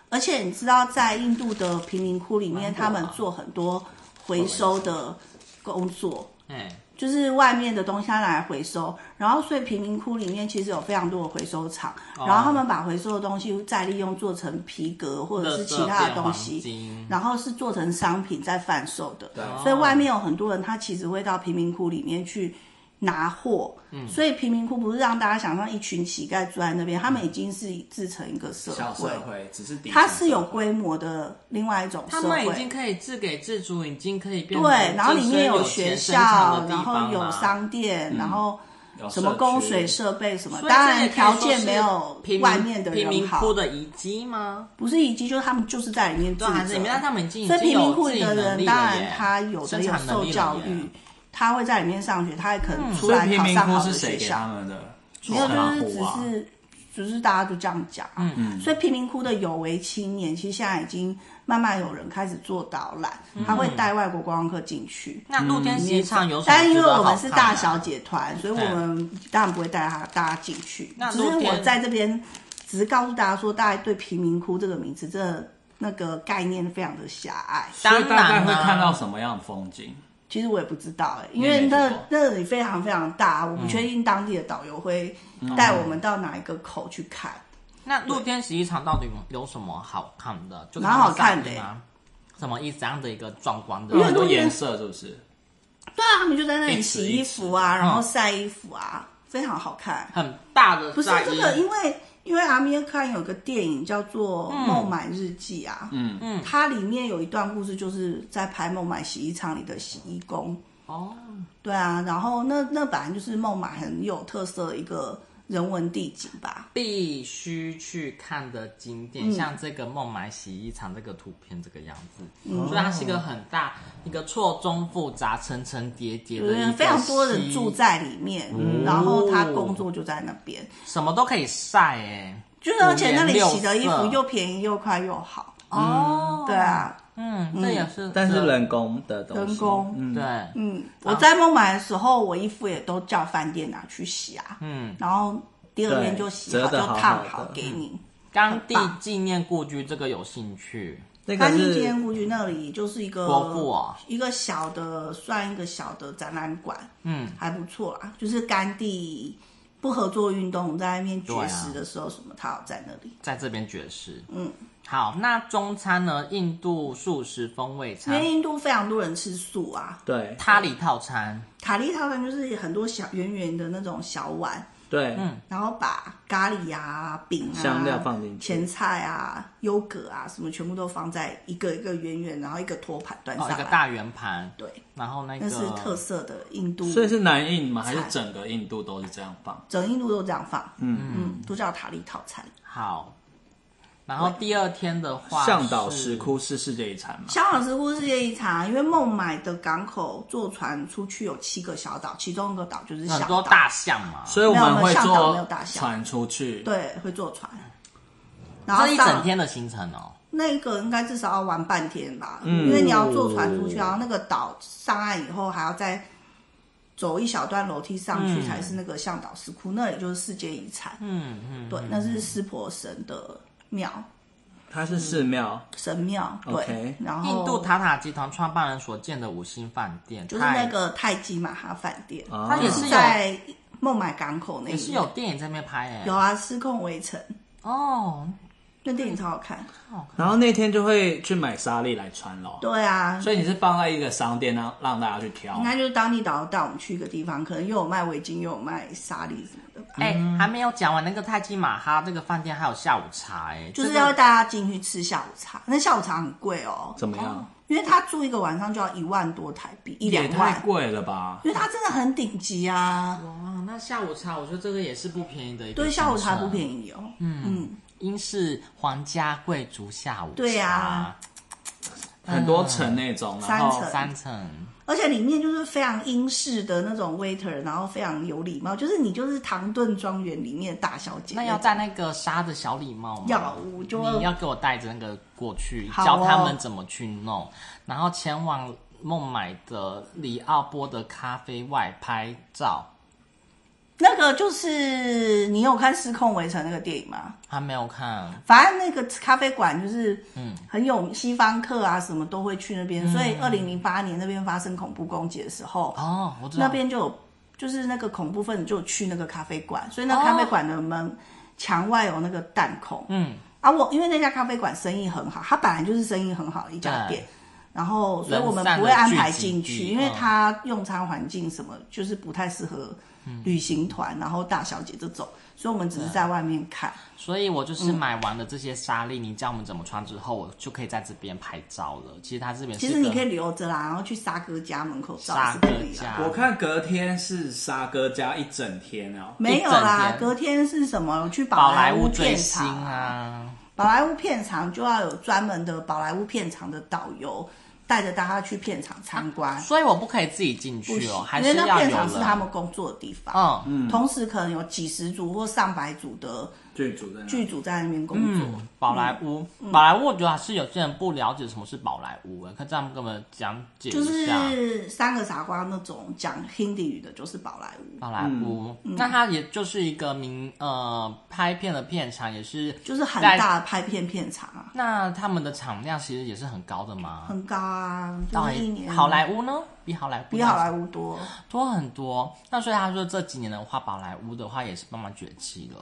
Speaker 1: 而且你知道，在印度的贫民窟里面，他们做很多回收的工作，
Speaker 2: 哎，
Speaker 1: 就是外面的东西他拿来回收，然后所以贫民窟里面其实有非常多的回收厂，然后他们把回收的东西再利用做成皮革或者是其他的东
Speaker 2: 垃圾变黄
Speaker 1: 西，
Speaker 2: 金
Speaker 1: 然后是做成商品再贩售的。对
Speaker 2: 哦
Speaker 1: 所以外面有很多人他其实会到贫民窟里面去拿货。
Speaker 2: 嗯
Speaker 1: 所以贫民窟不是让大家想象一群乞丐住在那边，他们已经是制成一个社
Speaker 4: 小
Speaker 1: 会，
Speaker 4: 社会，只是底层
Speaker 1: 它是有
Speaker 4: 社会
Speaker 1: 规模的另外一种社
Speaker 2: 他
Speaker 1: 会。
Speaker 2: 们已经可以自给自足，已经可以变成
Speaker 1: 对，然后里
Speaker 2: 自身
Speaker 1: 面
Speaker 2: 有
Speaker 1: 学
Speaker 2: 钱生
Speaker 1: 校
Speaker 2: 产，的地
Speaker 1: 然后
Speaker 2: 方嗯
Speaker 1: 有
Speaker 2: 嘛
Speaker 1: 商店，然后
Speaker 4: 有
Speaker 1: 什么
Speaker 4: 社
Speaker 1: 供
Speaker 4: 区
Speaker 1: 水设备什么，
Speaker 2: 所以
Speaker 1: 当
Speaker 2: 这也
Speaker 1: 然
Speaker 2: 可以
Speaker 1: 条
Speaker 2: 说
Speaker 1: 件
Speaker 2: 是
Speaker 1: 没有
Speaker 2: 贫民
Speaker 1: 外面的
Speaker 2: 贫
Speaker 1: 人
Speaker 2: 民
Speaker 1: 好
Speaker 2: 窟，的遗迹吗？
Speaker 1: 不是遗迹，就是他们就是在里面住
Speaker 2: 对，还是里面，但
Speaker 1: 着。
Speaker 2: 他们已经
Speaker 1: 所以贫民窟
Speaker 2: 已
Speaker 1: 里
Speaker 2: 经有
Speaker 1: 的
Speaker 2: 自己能力
Speaker 1: 人，
Speaker 2: 了
Speaker 1: 当然
Speaker 2: 耶嗯
Speaker 1: 他有的
Speaker 2: 生
Speaker 1: 有
Speaker 2: 产能
Speaker 1: 受
Speaker 2: 力了
Speaker 1: 教
Speaker 2: 耶
Speaker 1: 育，他会在里面上学，他也可能出
Speaker 4: 所以
Speaker 1: 来
Speaker 4: 贫
Speaker 1: 考
Speaker 4: 民
Speaker 1: 上
Speaker 4: 窟
Speaker 1: 好
Speaker 4: 是
Speaker 1: 的
Speaker 4: 谁
Speaker 1: 学
Speaker 4: 给
Speaker 1: 校
Speaker 4: 他。们的说
Speaker 1: 没有，就
Speaker 4: 法
Speaker 1: 是只
Speaker 4: 户啊？
Speaker 1: 是只是大家就这样讲、啊，嗯，所以贫民窟的有为青年，其实现在已经慢慢有人开始做导览，他会带外国观光客进去。
Speaker 2: 嗯那露天洗衣场有什
Speaker 1: 嗯
Speaker 2: 么？
Speaker 1: 但因为我们是
Speaker 2: 啊
Speaker 1: 大小，姐团，所以我们当然不会带他大家进去。
Speaker 2: 那
Speaker 1: 只是
Speaker 2: 露天
Speaker 1: 我在这边只是告诉大家说，大家对贫民窟这个名词，这那个概念非常的狭隘。
Speaker 4: 所以
Speaker 2: 当
Speaker 4: 大概
Speaker 2: 然
Speaker 4: 会
Speaker 2: 啊
Speaker 4: 看到什么样的风景？
Speaker 1: 其实我也不知道哎、因
Speaker 4: 你也
Speaker 1: 为
Speaker 4: 没
Speaker 1: 那
Speaker 4: 去过嗯
Speaker 1: 那里非常非常大，我不确定当地的导游会带我们到哪一个口去看。
Speaker 2: 那露天洗衣场到底有有什么好看的？就是
Speaker 1: 蛮好看的
Speaker 2: 它上面吗？什么一怎样的一个壮观的？
Speaker 4: 有很多
Speaker 1: 因为
Speaker 4: 颜色是不是？嗯
Speaker 1: 对啊，他们就在那里
Speaker 4: 一尺
Speaker 1: 洗
Speaker 4: 一
Speaker 1: 衣
Speaker 4: 尺
Speaker 1: 服啊，然后
Speaker 2: 嗯
Speaker 1: 晒衣服啊，非常好看。
Speaker 2: 很大的
Speaker 1: 不是
Speaker 2: 大
Speaker 1: 这
Speaker 2: 衣
Speaker 1: 个，因为因为阿米耶看有个电影叫做《孟买日记》啊，
Speaker 4: 嗯
Speaker 1: 嗯，它里面有一段故事，就是在拍孟买洗衣厂里的洗衣工。
Speaker 2: 哦，
Speaker 1: 对啊，然后那那本来就是孟买很有特色的一个人文地景吧。
Speaker 2: 必须去看的景
Speaker 1: 嗯
Speaker 2: 点，像这个孟买洗衣厂这个图片这个样子，
Speaker 1: 嗯
Speaker 2: 所以它是一个很大一个错综复杂、层层叠叠的一
Speaker 1: 对
Speaker 2: 个，
Speaker 1: 嗯
Speaker 2: 哦
Speaker 1: 非常多人住，在里面，然后他工作就在那边，
Speaker 2: 什么都可以晒哎、
Speaker 1: 就是而且那里
Speaker 2: 五颜六
Speaker 1: 洗的衣服
Speaker 2: 色
Speaker 1: 又便宜又快又好。
Speaker 2: 哦，
Speaker 1: 对，啊，
Speaker 2: 嗯，这也是，
Speaker 4: 但是人工的东西，
Speaker 1: 人工
Speaker 4: 嗯，
Speaker 2: 对，
Speaker 1: 嗯，
Speaker 2: 啊
Speaker 1: 我在孟买的时候，我衣服也都叫饭店拿去洗啊，
Speaker 2: 嗯，
Speaker 1: 然后第二天就洗好，
Speaker 4: 对折
Speaker 1: 就
Speaker 4: 得好
Speaker 1: 烫
Speaker 4: 好
Speaker 1: 好
Speaker 4: 的
Speaker 1: 给你。
Speaker 2: 当地纪念故居这个有兴趣，
Speaker 4: 那个
Speaker 1: 三地纪
Speaker 4: 是
Speaker 1: 念故居那里就是一个
Speaker 2: 国父哦
Speaker 1: 一个小的，算一个小的展览馆，
Speaker 2: 嗯，
Speaker 1: 还不错啦。就是甘地不合作运动在那边绝
Speaker 2: 对啊
Speaker 1: 食的时候，什么他有在那里。
Speaker 2: 在这边爵士，
Speaker 1: 嗯，
Speaker 2: 好，那中餐呢？印度素食风味
Speaker 1: 因
Speaker 2: 餐
Speaker 1: 为，印度非常多人吃素啊，
Speaker 4: 对
Speaker 2: 塔里套餐，
Speaker 1: 塔利套餐就是很多小圆圆的那种小碗，
Speaker 4: 对，
Speaker 2: 嗯
Speaker 1: 然后把咖喱啊、饼啊、
Speaker 4: 香料放进去
Speaker 1: 前菜啊、优格啊什么全部都放在一个一个圆圆，然后一个托盘端上
Speaker 2: 哦，一
Speaker 1: 来。
Speaker 2: 个大圆盘，
Speaker 1: 对，
Speaker 2: 然后那
Speaker 1: 啊那
Speaker 2: 个
Speaker 1: 是特色的印度，
Speaker 4: 所以是南印吗？还是整个印度都是这样放？
Speaker 1: 整印度都这样放，
Speaker 4: 嗯，
Speaker 1: 嗯，都叫塔利套餐。
Speaker 2: 好，然后第二天的话是，
Speaker 4: 向导石窟是世界遗产嘛？
Speaker 1: 香港石窟世界遗产，因为孟买的港口坐船出去有七个小岛，其中一个岛就是
Speaker 2: 很
Speaker 1: 小
Speaker 2: 多
Speaker 1: 岛，
Speaker 2: 大象嘛，
Speaker 4: 所以我们
Speaker 1: 没
Speaker 4: 会
Speaker 1: 有没有向导没有
Speaker 4: 坐
Speaker 1: 大象
Speaker 4: 船出去，
Speaker 1: 对，会坐船。然后
Speaker 2: 这一
Speaker 1: 上
Speaker 2: 整天的行程哦，
Speaker 1: 那个应该至少要玩半天吧，
Speaker 4: 嗯
Speaker 1: 因为你要坐船出去，然后那个岛上岸以后还要再走一小段楼梯上去，
Speaker 2: 嗯
Speaker 1: 才是那个向导石窟，那里就是世界遗产。
Speaker 2: 嗯嗯，
Speaker 1: 对，那是湿婆神的庙
Speaker 4: 它是寺庙，
Speaker 1: 神庙。对
Speaker 4: OK
Speaker 1: 然后
Speaker 2: 印度塔塔集团创办人所建的五星饭店，
Speaker 1: 就是
Speaker 2: 泰
Speaker 1: 那个泰姬玛哈饭店，
Speaker 4: 哦
Speaker 2: 它也
Speaker 1: 嗯是
Speaker 2: 是有
Speaker 1: 在孟买港口那
Speaker 2: 也
Speaker 1: 里。
Speaker 2: 是有电影在那边拍诶，
Speaker 1: 有啊，《失控围城》
Speaker 2: 哦，
Speaker 1: 那电影超好看。
Speaker 4: 然后那天就会去买沙粒来穿咯。
Speaker 1: 对啊，
Speaker 4: 所以你是放在一个商店让让大家去挑
Speaker 1: 应，该就是当地导游带我们去一个地方，可能又有卖围巾，又有卖纱丽什么的吧。
Speaker 2: 哎、还没有讲完，那个泰姬玛哈这个饭店还有下午茶哎，
Speaker 1: 就是
Speaker 2: 这个
Speaker 1: 要带他进去吃下午茶，那下午茶很贵哦，
Speaker 4: 怎么样？
Speaker 1: 因为他住一个晚上就要一万多台币，一
Speaker 4: 也
Speaker 1: 两
Speaker 4: 太
Speaker 1: 万，
Speaker 4: 贵了吧？
Speaker 1: 因为他真的很顶级啊。
Speaker 2: 哇，那下午茶我觉得这个也是不便宜的一个
Speaker 1: 对，
Speaker 2: 行
Speaker 1: 下
Speaker 2: 程，
Speaker 1: 午茶不便宜哦。嗯嗯，
Speaker 2: 英式皇家贵族下午茶，
Speaker 1: 对啊
Speaker 4: 很多层那种，然
Speaker 1: 嗯三
Speaker 4: 后
Speaker 1: 层
Speaker 2: 三层，
Speaker 1: 而且里面就是非常英式的那种 waiter，然后非常有礼貌，就是你就是唐顿庄园里面的大小姐。
Speaker 2: 那要戴那个纱的小礼帽吗？
Speaker 1: 要我就
Speaker 2: 你要给我带着那个过去，
Speaker 1: 好哦
Speaker 2: 教他们怎么去弄，然后前往孟买的里奥波的咖啡外拍照。
Speaker 1: 那个就是你有看《失控围城》那个电影吗？
Speaker 2: 还没有看，
Speaker 1: 反正那个咖啡馆就是，嗯，很有名西方客啊，什么都会去那边。所以二零零八年那边发生恐怖攻击的时候，
Speaker 2: 嗯哦，我知道
Speaker 1: 那边就有，就是那个恐怖分子就去那个咖啡馆，所以
Speaker 2: 哦
Speaker 1: 那咖啡馆的门墙外有那个弹孔。
Speaker 2: 嗯，
Speaker 1: 啊，我因为那家咖啡馆生意很好，它本来就是生意很好的一家
Speaker 2: 对
Speaker 1: 店，然后所以我们
Speaker 2: 人散
Speaker 1: 不会
Speaker 2: 的
Speaker 1: 安
Speaker 2: 聚
Speaker 1: 排
Speaker 2: 集
Speaker 1: 进
Speaker 2: 地
Speaker 1: 去，因为
Speaker 2: 嗯
Speaker 1: 它用餐环境什么就是不太适合旅行团，然后大小姐这种，所以我们只是在外面看。
Speaker 2: 所以我就是买完了这些纱丽，你教我们怎么穿之后，我就可以在这边拍照了。其实它这边
Speaker 1: 其实你可以
Speaker 2: 以
Speaker 1: 留着啦，然后去沙哥家门口照
Speaker 2: 沙
Speaker 1: 是
Speaker 2: 哥
Speaker 1: 可以啦。
Speaker 2: 家，
Speaker 4: 我看隔天是沙哥家一整天哦，
Speaker 1: 没有啦，
Speaker 2: 一整天
Speaker 1: 隔天是什么？去宝
Speaker 2: 宝莱
Speaker 1: 莱
Speaker 2: 坞最
Speaker 1: 片
Speaker 2: 新
Speaker 1: 场，
Speaker 2: 啊，
Speaker 1: 宝莱坞片场就要有专门的宝莱坞片场的导游带着大家去片场参观。
Speaker 2: 所以我不可以自己进
Speaker 1: 不
Speaker 2: 去
Speaker 1: 行
Speaker 2: 哦，还
Speaker 1: 因为
Speaker 2: 是
Speaker 1: 那
Speaker 2: 要
Speaker 1: 片
Speaker 2: 有
Speaker 1: 场是他
Speaker 2: 人。
Speaker 1: 们工作的地方，
Speaker 2: 嗯，
Speaker 1: 同时可能有几十组或上百组的
Speaker 4: 剧组在那
Speaker 1: 剧组在那边工作。
Speaker 2: 嗯，宝莱坞，宝莱坞，我觉得还是有些人不了解什么是宝莱坞，哎可以这样跟我们讲解
Speaker 1: 就
Speaker 2: 一下。
Speaker 1: 是三个傻瓜那种讲 Hindi 语的，就是宝莱坞，
Speaker 2: 宝莱坞，
Speaker 1: 嗯
Speaker 2: 那它也就是一个名呃拍片的片场，也是
Speaker 1: 就是很
Speaker 2: 在。
Speaker 1: 大的拍片片场啊，
Speaker 2: 那他们的产量其实也是很高的嘛，
Speaker 1: 很高啊，就
Speaker 2: 到
Speaker 1: 是一年
Speaker 2: 好莱坞呢，比好莱坞
Speaker 1: 比好莱坞多。
Speaker 2: 多很多。那所以他说这几年的话，宝莱坞的话也是慢慢崛起了。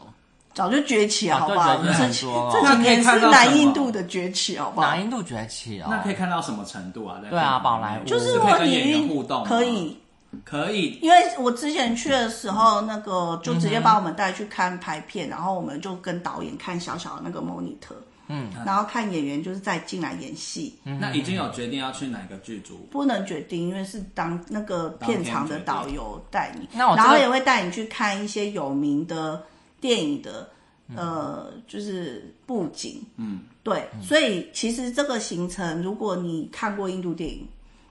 Speaker 1: 早就崛起了，好不
Speaker 2: 早
Speaker 1: 好？
Speaker 2: 就
Speaker 1: 这
Speaker 2: 崛起很
Speaker 1: 几
Speaker 2: 多了
Speaker 1: 这几年是南印度的崛起，好不好
Speaker 2: 南？印度崛起哦，
Speaker 4: 那可以看到什么程度啊？在
Speaker 2: 对啊
Speaker 4: 片
Speaker 2: 宝莱坞
Speaker 4: 里面
Speaker 1: 就是如
Speaker 4: 可以
Speaker 1: 果
Speaker 4: 跟
Speaker 1: 你
Speaker 4: 演员
Speaker 1: 运
Speaker 4: 互动，
Speaker 1: 可，以，
Speaker 4: 可以，
Speaker 1: 因为我之前去的时候，那个就
Speaker 2: 嗯
Speaker 1: 直接把我们带去看拍片，然后我们就跟导演看小小的那个 monitor，嗯，然后看演员就是再进来演戏，
Speaker 2: 嗯
Speaker 4: 那已经有决定要去哪个剧组，
Speaker 1: 不能决定，因为是当那个片场的导游带你，
Speaker 2: 那我这
Speaker 1: 然
Speaker 2: 个
Speaker 1: 后也会带你去看一些有名的电影的，呃，就是布景，嗯，对，所以其实这个行程，如果你看过印度电影。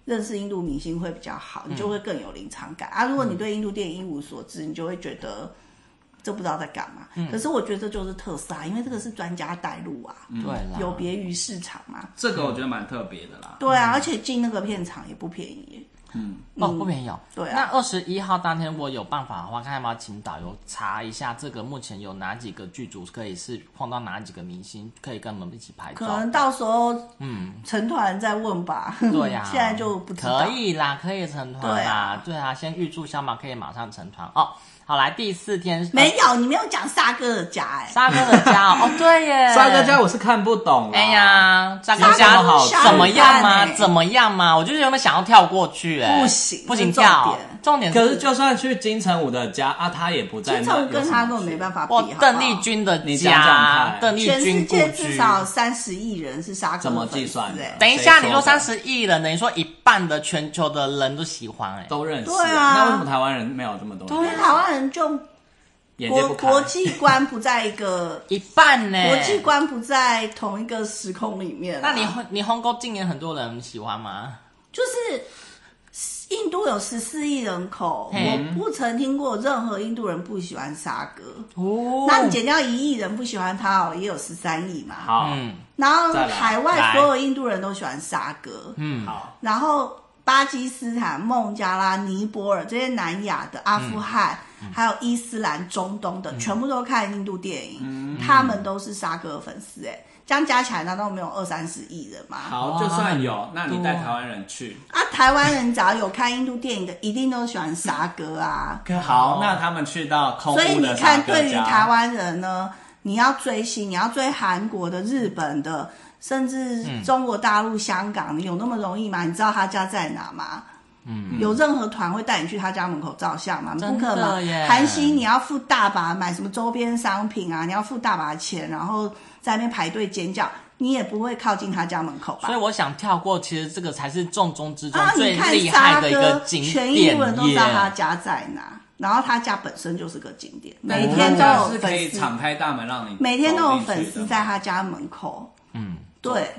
Speaker 1: 认识印度明星会比较好，你就会更有临场感、啊。如果你对印度电影一无所知，你就会觉得这不知道在干嘛。可是我觉得这就是特色啊，因为这个是专家带路啊，
Speaker 2: 对啦，
Speaker 1: 有别于市场嘛。
Speaker 4: 这个我觉得蛮特别的啦。
Speaker 1: 对啊，而且进那个片场也不便宜耶。
Speaker 2: 哦不便宜哦。
Speaker 1: 对啊
Speaker 2: 那二十一号当天如果有办法的话，看要不要请导游查一下这个目前有哪几个剧组可以是碰到哪几个明星，可以跟我们一起拍
Speaker 1: 可
Speaker 2: 照。
Speaker 1: 能到时候，嗯，成团再问吧。
Speaker 2: 对呀、
Speaker 1: 现在就不知道。
Speaker 2: 可以啦，可以成团啦，
Speaker 1: 对
Speaker 2: 对
Speaker 1: 啊
Speaker 2: 啊，先预祝小马可以马上成团哦。好，来第四天，呃
Speaker 1: 没有，你没有讲沙哥的家哎、
Speaker 2: 沙哥的家 哦，哦对耶，
Speaker 4: 沙哥家我是看不懂啦，
Speaker 2: 哎呀，沙哥
Speaker 4: 有什
Speaker 2: 家
Speaker 4: 么好
Speaker 2: 怎么样
Speaker 1: 沙
Speaker 2: 嘛
Speaker 1: 哥？家
Speaker 2: 怎么样嘛？我就是有没有想要跳过去？哎，
Speaker 1: 不行
Speaker 2: 不行
Speaker 1: 这是重
Speaker 2: 跳
Speaker 1: 点。
Speaker 2: 重点
Speaker 4: 可是就算去金城武的家啊，他也不在
Speaker 1: 金
Speaker 4: 那。
Speaker 1: 城武跟他根本没办法比，好
Speaker 2: 哇
Speaker 1: 不好，
Speaker 2: 邓丽君的
Speaker 4: 你讲讲
Speaker 2: 家
Speaker 4: 看，
Speaker 2: 邓丽
Speaker 1: 全世
Speaker 2: 君故
Speaker 1: 界至
Speaker 2: 居。
Speaker 1: 少三十亿人是沙哥
Speaker 4: 怎么
Speaker 1: 的粉丝
Speaker 4: 计算的
Speaker 1: 哎
Speaker 2: 等一下，你
Speaker 4: 谁
Speaker 2: 说
Speaker 4: 说的
Speaker 2: 三十亿人，等于说一半的全球的人都喜欢哎。
Speaker 4: 都认识。
Speaker 1: 对啊
Speaker 4: 那为什么台湾人没有这么多？
Speaker 1: 因为台湾人就
Speaker 4: 眼界
Speaker 1: 国
Speaker 4: 不开。
Speaker 1: 国际观不在一 个
Speaker 2: 一半呢？
Speaker 1: 国际观不在同一个时空里面啊、
Speaker 2: 哎那你你红沟今年很多人喜欢吗？
Speaker 1: 就是印度有十四亿人口，
Speaker 2: 嘿
Speaker 1: 我不曾听过任何印度人不喜欢沙哥。
Speaker 2: 哦
Speaker 1: 那你减掉一亿人不喜欢他哦，也有十三亿嘛。
Speaker 4: 好，
Speaker 2: 嗯，
Speaker 1: 然后
Speaker 4: 再来
Speaker 1: 海外
Speaker 2: 来
Speaker 1: 所有印度人都喜欢沙哥，
Speaker 2: 嗯
Speaker 4: 好，
Speaker 1: 然后巴基斯坦、孟加拉、尼泊尔这些南亚的、阿富汗，
Speaker 4: 嗯
Speaker 1: 还有伊斯兰、中东的，全部都看印度电影，
Speaker 4: 嗯
Speaker 1: 他们都是沙哥的粉丝哎、这样加起来难道没有二三十亿人吗？
Speaker 4: 好，就算有，那你带台湾人去，
Speaker 1: 啊，台湾人只要有看印度电影的，一定都喜欢沙哥啊。
Speaker 4: 可好，那他们去到空
Speaker 1: 所以
Speaker 4: 屋
Speaker 1: 你
Speaker 4: 的
Speaker 1: 看，
Speaker 4: 沙
Speaker 1: 对
Speaker 4: 哥
Speaker 1: 于台
Speaker 4: 家，
Speaker 1: 湾人呢，你要追星，你要追韩国的、日本的，甚至
Speaker 2: 嗯
Speaker 1: 中国大陆、香港，你有那么容易吗？你知道他家在哪吗？嗯，有任何团会带你去他家门口照相吗？不
Speaker 2: 真的
Speaker 1: 可能
Speaker 2: 耶。
Speaker 1: 韩星你要付大把买什么周边商品啊，你要付大把钱，然后在那边排队尖叫，你也不会靠近他家门口吧？
Speaker 2: 所以我想跳过，其实这个才是重中之重、
Speaker 1: 啊，
Speaker 2: 最
Speaker 1: 你看
Speaker 2: 厉
Speaker 1: 沙
Speaker 2: 害
Speaker 1: 哥，
Speaker 2: 的一个景
Speaker 1: 全
Speaker 2: 点
Speaker 1: 英文都知
Speaker 2: 耶
Speaker 1: 道他家在哪，然后他家本身就是个景
Speaker 2: 哦
Speaker 1: 点，每
Speaker 4: 对
Speaker 1: 天都
Speaker 4: 他
Speaker 1: 有
Speaker 4: 是可
Speaker 1: 粉
Speaker 4: 以
Speaker 1: 丝，
Speaker 4: 敞开大门让你，
Speaker 1: 每天都有粉丝在。他家门口，
Speaker 2: 嗯，
Speaker 1: 对，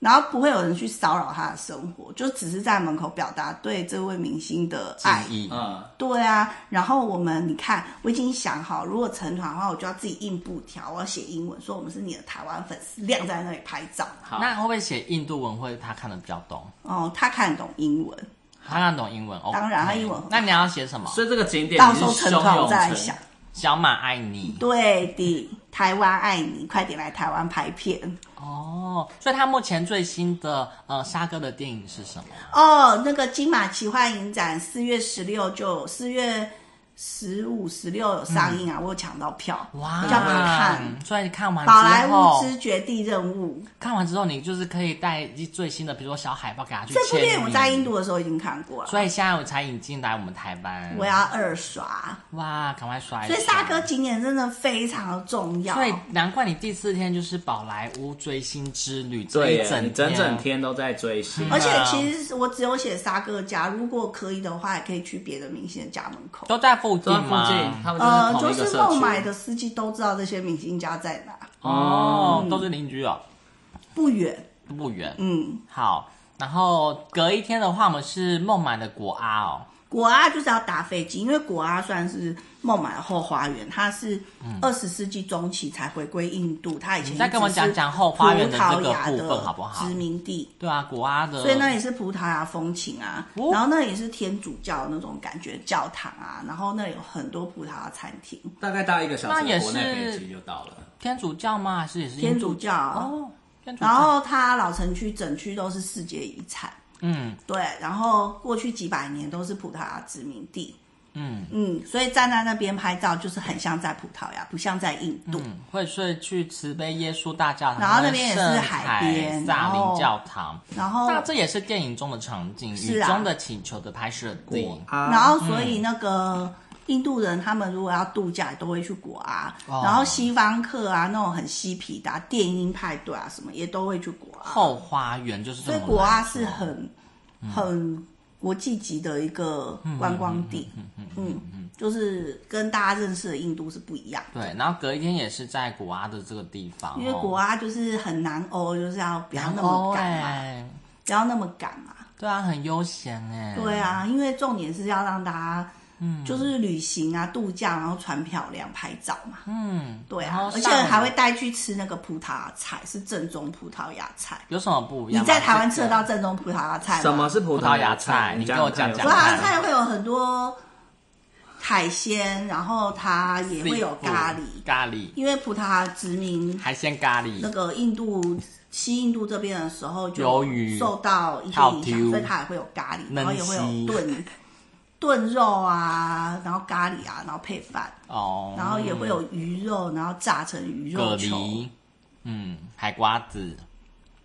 Speaker 1: 然后不会有人去骚扰他的生活，就只是在门口表达对这位明星的
Speaker 2: 记
Speaker 1: 爱。
Speaker 2: 忆。
Speaker 4: 嗯，
Speaker 1: 对啊，然后我们你看，我已经想好，如果成团的话，我就要自己印布条，我要写英文，说我们是你的台湾粉丝，晾在那里拍照。
Speaker 4: 好，
Speaker 2: 那会不会写印度文会他看得比较懂？
Speaker 1: 哦，他看得懂英文，
Speaker 2: 他看得懂英文哦。
Speaker 1: 当然他英文
Speaker 2: OK 那你要写什么？
Speaker 4: 所以这个景点
Speaker 1: 到
Speaker 4: 你
Speaker 1: 时候
Speaker 4: 是
Speaker 1: 成
Speaker 4: 汹
Speaker 1: 团我
Speaker 4: 涌
Speaker 1: 再
Speaker 4: 成
Speaker 1: 想。
Speaker 2: 小马爱你
Speaker 1: 对的，台湾爱你，快点来台湾拍片
Speaker 2: 哦。所以他目前最新的呃沙哥的电影是什么？
Speaker 1: 哦。那个金马奇幻影展四月十六就四月十五、十六有上映啊，我有抢到票，
Speaker 2: 哇，
Speaker 1: 要不要看？
Speaker 2: 所以看完
Speaker 1: 宝莱
Speaker 2: 之
Speaker 1: 坞
Speaker 2: 后，
Speaker 1: 之绝地任务
Speaker 2: 看完之后你就是可以带最新的，比如说小海报给他去
Speaker 1: 这部
Speaker 2: 签
Speaker 1: 电影，我在
Speaker 2: 名
Speaker 1: 印度的时候已经看过了，
Speaker 2: 所以现在我才引进来我们台湾。
Speaker 1: 我要二刷。
Speaker 2: 哇，赶快刷一
Speaker 1: 所
Speaker 2: 刷！
Speaker 1: 以沙哥景点真的非常的重要。
Speaker 2: 所以难怪你第四天就是宝莱坞追星之旅，
Speaker 4: 对
Speaker 2: 这一
Speaker 4: 耶，
Speaker 2: 整
Speaker 4: 你整整天都在追星，
Speaker 1: 而且其实我只有写沙哥家，如果可以的话，也可以去别的明星的家门口。
Speaker 2: 都在附近
Speaker 4: 都在附
Speaker 2: 吗？
Speaker 4: 近，他们
Speaker 1: 呃，
Speaker 4: 哦就
Speaker 1: 就是
Speaker 4: 同一个
Speaker 1: 是
Speaker 4: 社
Speaker 1: 购
Speaker 4: 区。
Speaker 1: 买的司机都知道这些明星家在哪，
Speaker 2: 哦，都是邻居哦，
Speaker 1: 不远。
Speaker 2: 都不远。
Speaker 1: 嗯，
Speaker 2: 好，然后隔一天的话，我们是孟买的果阿哦，
Speaker 1: 果阿就是要搭飞机，因为果阿算是孟买的后花园，它是二十世纪中期才回归印度，它以前
Speaker 2: 嗯你再跟我
Speaker 1: 一直
Speaker 2: 讲
Speaker 1: 是
Speaker 2: 讲后花园
Speaker 1: 葡
Speaker 2: 的这
Speaker 1: 萄
Speaker 2: 个
Speaker 1: 牙
Speaker 2: 部
Speaker 1: 的
Speaker 2: 分好不好
Speaker 1: 殖民地，
Speaker 2: 对啊，果阿的，
Speaker 1: 所以那也是葡萄牙风情啊，
Speaker 2: 哦
Speaker 1: 然后那也是天主教那种感觉教堂啊，然后那里有很多葡萄牙餐厅，
Speaker 4: 大概搭一个小时
Speaker 2: 那也
Speaker 4: 的
Speaker 2: 是
Speaker 4: 国内飞机就到了。
Speaker 2: 天主教吗？还是也是
Speaker 1: 天
Speaker 2: 印
Speaker 1: 主
Speaker 2: 度
Speaker 1: 教啊。
Speaker 2: 哦，天主教，
Speaker 1: 然后它老城区整区都是世界遗产，
Speaker 2: 嗯
Speaker 1: 对，然后过去几百年都是葡萄牙殖民地，
Speaker 2: 嗯
Speaker 1: 嗯，所以站在那边拍照就是很像在葡萄牙，不像在印度。
Speaker 2: 嗯，会睡去慈悲耶稣大教堂，
Speaker 1: 然后那边也是
Speaker 2: 圣
Speaker 1: 海边哦
Speaker 2: 萨
Speaker 1: 然后
Speaker 2: 林教堂，
Speaker 1: 然后，
Speaker 2: 那这也是电影中的场景，
Speaker 1: 是
Speaker 2: 雨
Speaker 1: 啊
Speaker 2: 中的请求的拍摄地。
Speaker 4: 啊
Speaker 1: 然后所以那个印度人他们如果要度假，都会去果啊，
Speaker 2: 哦
Speaker 1: 然后西方客啊，那种很嬉皮的、啊、电音派对啊，什么也都会去果啊。
Speaker 2: 后花园就是这
Speaker 1: 所以
Speaker 2: 么来说。
Speaker 1: 果阿是很、嗯很国际级的一个观光地，嗯就是跟大家认识的印度是不一样。
Speaker 2: 对，然后隔一天也是在果阿的这个地方哦，
Speaker 1: 因为果阿就是很南欧，就是要不要
Speaker 2: 然
Speaker 1: 那
Speaker 2: 后
Speaker 1: 么赶嘛，
Speaker 2: 哎，
Speaker 1: 不要那么赶嘛。
Speaker 2: 对啊，很悠闲哎，
Speaker 1: 对，啊，因为重点是要让大家，
Speaker 2: 嗯
Speaker 1: 就是旅行啊、度假，然后穿漂亮、拍照嘛。
Speaker 2: 嗯，
Speaker 1: 对
Speaker 2: 然
Speaker 1: 啊
Speaker 2: 后，
Speaker 1: 而且
Speaker 2: 上午
Speaker 1: 还会带去吃那个葡萄牙菜，是正宗葡萄牙菜。
Speaker 2: 有什么不一
Speaker 1: 你
Speaker 2: 样吗？
Speaker 1: 在台湾吃
Speaker 2: 这
Speaker 1: 得
Speaker 2: 个
Speaker 1: 到正宗葡萄牙菜吗？
Speaker 4: 什么是葡萄牙
Speaker 2: 葡萄牙菜
Speaker 4: 菜？
Speaker 2: 你跟我讲
Speaker 1: 葡
Speaker 2: 讲
Speaker 1: 萄牙
Speaker 2: 看
Speaker 1: 菜会有很多海鲜，然后它也会有咖喱，
Speaker 2: 咖喱
Speaker 1: 因为葡萄牙殖民
Speaker 2: 海鲜咖
Speaker 1: 那
Speaker 2: 喱，
Speaker 1: 个印度西印度这边的时候，就
Speaker 2: 鱿鱼
Speaker 1: 受到一些
Speaker 2: 还有
Speaker 1: 影
Speaker 2: 丢
Speaker 1: 响，所以它也会有咖喱，然后也会
Speaker 2: 焖
Speaker 1: 有
Speaker 2: 鸡
Speaker 1: 炖炖肉啊，然后咖喱啊，然后配饭，
Speaker 2: 哦，
Speaker 1: 然后也会有鱼肉，然后炸成鱼
Speaker 2: 蛤
Speaker 1: 肉球
Speaker 2: 蜊。，嗯，海瓜子、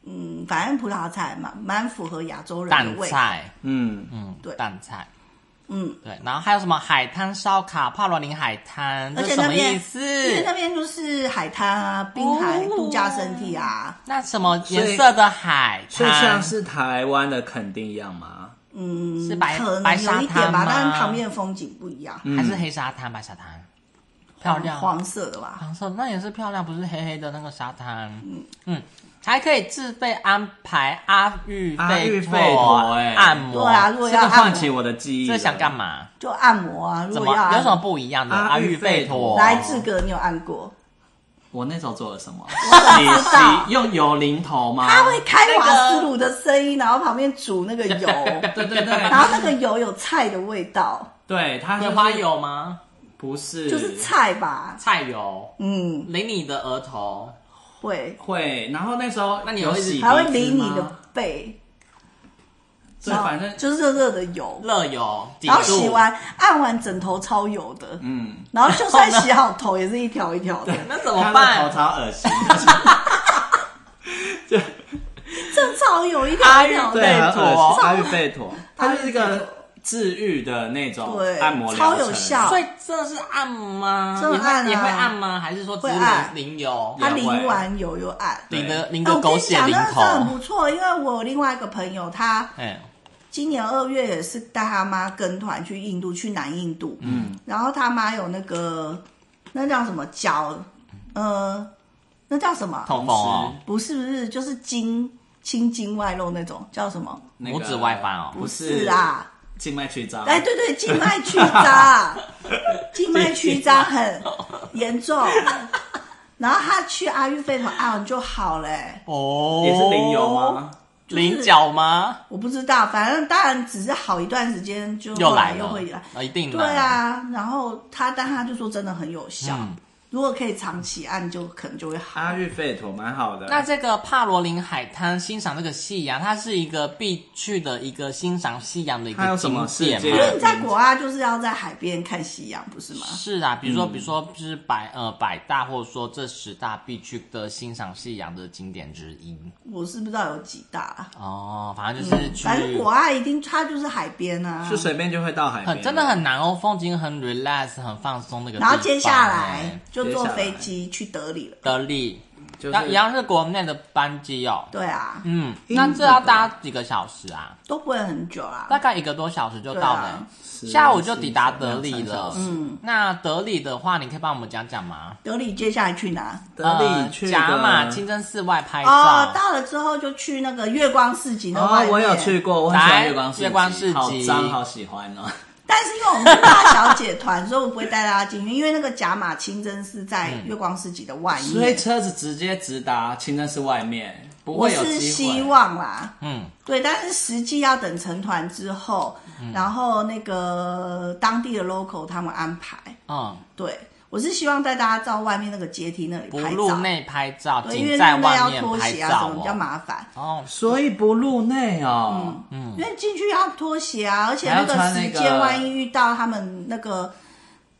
Speaker 1: 嗯，反正葡萄牙菜蛮蛮符合亚洲人的
Speaker 2: 蛋
Speaker 1: 味。
Speaker 2: 菜，
Speaker 4: 嗯，
Speaker 2: 嗯，
Speaker 1: 对
Speaker 2: 蛋菜。
Speaker 1: 嗯，
Speaker 2: 对，然后还有什么海滩烧烤、帕罗林海滩，
Speaker 1: 而且
Speaker 2: 这什
Speaker 1: 那
Speaker 2: 么
Speaker 1: 边
Speaker 2: 意思？
Speaker 1: 因为那边就是海滩啊，滨海、
Speaker 2: 哦
Speaker 1: 度假胜地啊。
Speaker 2: 那什么颜色的海
Speaker 4: 所以像
Speaker 2: 滩？
Speaker 4: 是台湾的垦丁一样吗？
Speaker 1: 嗯，
Speaker 2: 是白
Speaker 1: 可
Speaker 2: 白
Speaker 1: 能
Speaker 2: 沙
Speaker 1: 有一点吧
Speaker 2: 滩吗，
Speaker 1: 但是旁边的嗯风景不一样，
Speaker 2: 还是黑沙滩、白沙滩？漂亮，
Speaker 1: 黄色的吧？
Speaker 2: 黄色那也是漂亮，不是黑黑的那个沙滩。嗯还可以自费安排阿育
Speaker 4: 阿育
Speaker 2: 吠
Speaker 4: 吠陀哎
Speaker 2: 按摩。
Speaker 1: 对啊，如果
Speaker 4: 这
Speaker 1: 要
Speaker 4: 个
Speaker 1: 按
Speaker 4: 唤起
Speaker 1: 摩
Speaker 4: 我的记忆。
Speaker 2: 这想干？嘛？
Speaker 1: 就按摩啊，如
Speaker 2: 怎
Speaker 1: 果
Speaker 2: 么
Speaker 1: 要
Speaker 2: 有
Speaker 1: 按
Speaker 2: 什么不一样的？
Speaker 4: 阿
Speaker 2: 阿
Speaker 4: 育
Speaker 2: 育
Speaker 4: 吠
Speaker 2: 吠
Speaker 4: 陀
Speaker 2: 陀
Speaker 1: 来志哥，你有按过？
Speaker 4: 我那时候做了什么？
Speaker 1: 想
Speaker 4: 你
Speaker 1: 知道
Speaker 4: 洗用油淋头吗？
Speaker 1: 他会开瓦斯炉的声音，然后旁边煮那个油，
Speaker 4: 对对对
Speaker 1: 然后那个油有菜的味道，
Speaker 4: 对，它
Speaker 1: 啊
Speaker 4: 就是
Speaker 2: 葵花油吗？
Speaker 4: 不是
Speaker 1: 就是菜吧？
Speaker 2: 菜油
Speaker 1: 嗯，
Speaker 2: 淋你的额头，
Speaker 1: 会，
Speaker 4: 会，然后那时候
Speaker 2: 那你
Speaker 4: 有
Speaker 2: 有一直
Speaker 4: 洗
Speaker 1: 还会
Speaker 4: 鼻子
Speaker 1: 淋你
Speaker 4: 吗
Speaker 1: 的背，
Speaker 4: 对，
Speaker 1: 然后
Speaker 4: 反正
Speaker 1: 就是热热的油，
Speaker 2: 热油，
Speaker 1: 然后
Speaker 2: 几度
Speaker 1: 洗完按完枕头超油的，
Speaker 4: 嗯，
Speaker 1: 然后就算洗好头也是一条一 条的，
Speaker 2: 那怎
Speaker 4: 他
Speaker 2: 么
Speaker 4: 的头
Speaker 2: 办？
Speaker 4: 超恶心。就
Speaker 1: 正超油一条
Speaker 2: 阿
Speaker 1: 一
Speaker 2: 育
Speaker 1: 条的。
Speaker 4: 哎对，
Speaker 2: 吠
Speaker 4: 很恶
Speaker 2: 陀
Speaker 4: 心，，阿育吠 陀，它就是一
Speaker 1: 阿育
Speaker 4: 个治愈的那种
Speaker 1: 对
Speaker 4: 按摩
Speaker 1: 超
Speaker 4: 疗程
Speaker 1: 有效
Speaker 2: 所以真的是按吗？
Speaker 1: 真的
Speaker 2: 你会
Speaker 1: 按啊
Speaker 2: 也会按吗？还是说只
Speaker 1: 会按
Speaker 2: 是淋淋油？
Speaker 1: 他淋完油又按。
Speaker 4: 对
Speaker 2: 淋的淋
Speaker 1: 哎
Speaker 2: 个
Speaker 1: 我跟
Speaker 2: 狗
Speaker 1: 你
Speaker 2: 血
Speaker 1: 讲，
Speaker 2: 淋
Speaker 1: 那个真
Speaker 2: 头
Speaker 1: 的？很不错，因为我有另外一个朋友，他
Speaker 2: 哎，
Speaker 1: 今年二月也是带他妈跟团去印度，去南印度，嗯，然后他妈有那个那叫什么脚，呃，那叫什么？
Speaker 2: 痛风哦，
Speaker 1: 不是不是，就是筋青筋外露那种，叫什么？
Speaker 4: 那
Speaker 2: 拇
Speaker 4: 个
Speaker 2: 指外翻哦
Speaker 4: 不
Speaker 1: 是
Speaker 4: 是
Speaker 1: 啦，
Speaker 4: 静脉曲张，
Speaker 1: 哎，对对，静脉曲张，静脉曲张很严重。然后他去阿育吠陀按完就好哎嘞、
Speaker 2: 哦
Speaker 4: 也是淋油？吗？
Speaker 1: 就是
Speaker 2: 淋脚吗？
Speaker 1: 我不知道，反正当然只是好一段时间就
Speaker 2: 又
Speaker 1: 后来
Speaker 2: 来
Speaker 1: 又
Speaker 2: 了
Speaker 1: 会来。，
Speaker 2: 啊一定的
Speaker 1: 对，啊，然后他但他就说真的很有效，
Speaker 2: 嗯
Speaker 1: 如果可以长期按就可能就会好。
Speaker 4: 阿育吠陀蛮好的，
Speaker 2: 那这个帕罗林海滩欣赏这个夕阳，它是一个必去的一个欣赏夕阳的一
Speaker 4: 它
Speaker 2: 个
Speaker 4: 有什么
Speaker 2: 景点
Speaker 4: 世界
Speaker 1: 因
Speaker 2: 嘛。
Speaker 1: 为你在国外就是要在海边看夕阳，不是吗？
Speaker 2: 是啊，比如说，
Speaker 4: 嗯
Speaker 2: 比如说，就是百呃百大，或者说这十大必去的欣赏夕阳的景点之一。
Speaker 1: 我是不知道有几大啊，
Speaker 2: 哦，反正就是去，
Speaker 1: 反正国外一定它就是海边啊，
Speaker 4: 是随便就会到海边
Speaker 2: 很
Speaker 4: 了，
Speaker 2: 真的很难哦，风景很 relax，很放松那个地
Speaker 1: 然
Speaker 2: 方哎。
Speaker 1: 后接下来就
Speaker 4: 接
Speaker 1: 坐
Speaker 4: 下来
Speaker 1: 飞机去德里了。
Speaker 2: 德里，
Speaker 4: 就是
Speaker 2: 那一样是国内的班机哦。
Speaker 1: 对啊，
Speaker 2: 嗯，
Speaker 1: 英
Speaker 2: 那
Speaker 1: 国
Speaker 2: 这要
Speaker 1: 的
Speaker 2: 搭几个小时啊？
Speaker 1: 都不会很久啦。
Speaker 2: 大概一个多小时就
Speaker 1: 对
Speaker 2: 到了、
Speaker 1: 啊
Speaker 2: 下午就抵达德里
Speaker 4: 两三
Speaker 2: 了
Speaker 4: 小。时
Speaker 2: 嗯，那德里的话，你可以帮我们讲讲吗？
Speaker 1: 德里接下来去哪？
Speaker 4: 德
Speaker 2: 呃
Speaker 4: 里去
Speaker 2: 甲马
Speaker 4: 的
Speaker 2: 清真寺外拍照。
Speaker 1: 哦，到了之后就去那个月光市集那外
Speaker 4: 哦
Speaker 1: 面。，
Speaker 4: 我有去过，我很喜欢月光市集，
Speaker 2: 来月光市集
Speaker 4: 好脏，好喜欢哦。
Speaker 1: 但是因为我们是大小姐团，所以我不会带大家进去，因为那个甲马清真寺在
Speaker 2: 嗯
Speaker 1: 月光市集的外
Speaker 4: 所以
Speaker 1: 面。
Speaker 4: 车子直接直达清真寺外面，不
Speaker 1: 我
Speaker 4: 会有
Speaker 1: 是
Speaker 4: 机
Speaker 1: 希
Speaker 4: 会。
Speaker 1: 望啦，
Speaker 2: 嗯，
Speaker 1: 对，但是实际要等成团之后，然后那个当地的 local 他们安排。
Speaker 2: 嗯，
Speaker 1: 对，我是希望带大家到外面那个阶梯那里
Speaker 2: 不
Speaker 1: 拍
Speaker 2: 入
Speaker 1: 照，
Speaker 2: 内拍照，
Speaker 1: 对，因为
Speaker 2: 仅在
Speaker 1: 那个
Speaker 2: 外
Speaker 1: 要
Speaker 2: 面
Speaker 1: 脱
Speaker 2: 拍
Speaker 1: 鞋啊
Speaker 2: 照
Speaker 1: 什么比较
Speaker 2: 哦。
Speaker 1: 麻烦。
Speaker 2: 哦，
Speaker 4: 所以不入内哦。
Speaker 2: 嗯
Speaker 1: 因为进去要脱鞋啊，而且那个
Speaker 4: 还要穿
Speaker 1: 时
Speaker 4: 那个
Speaker 1: 间，万一遇到他们那个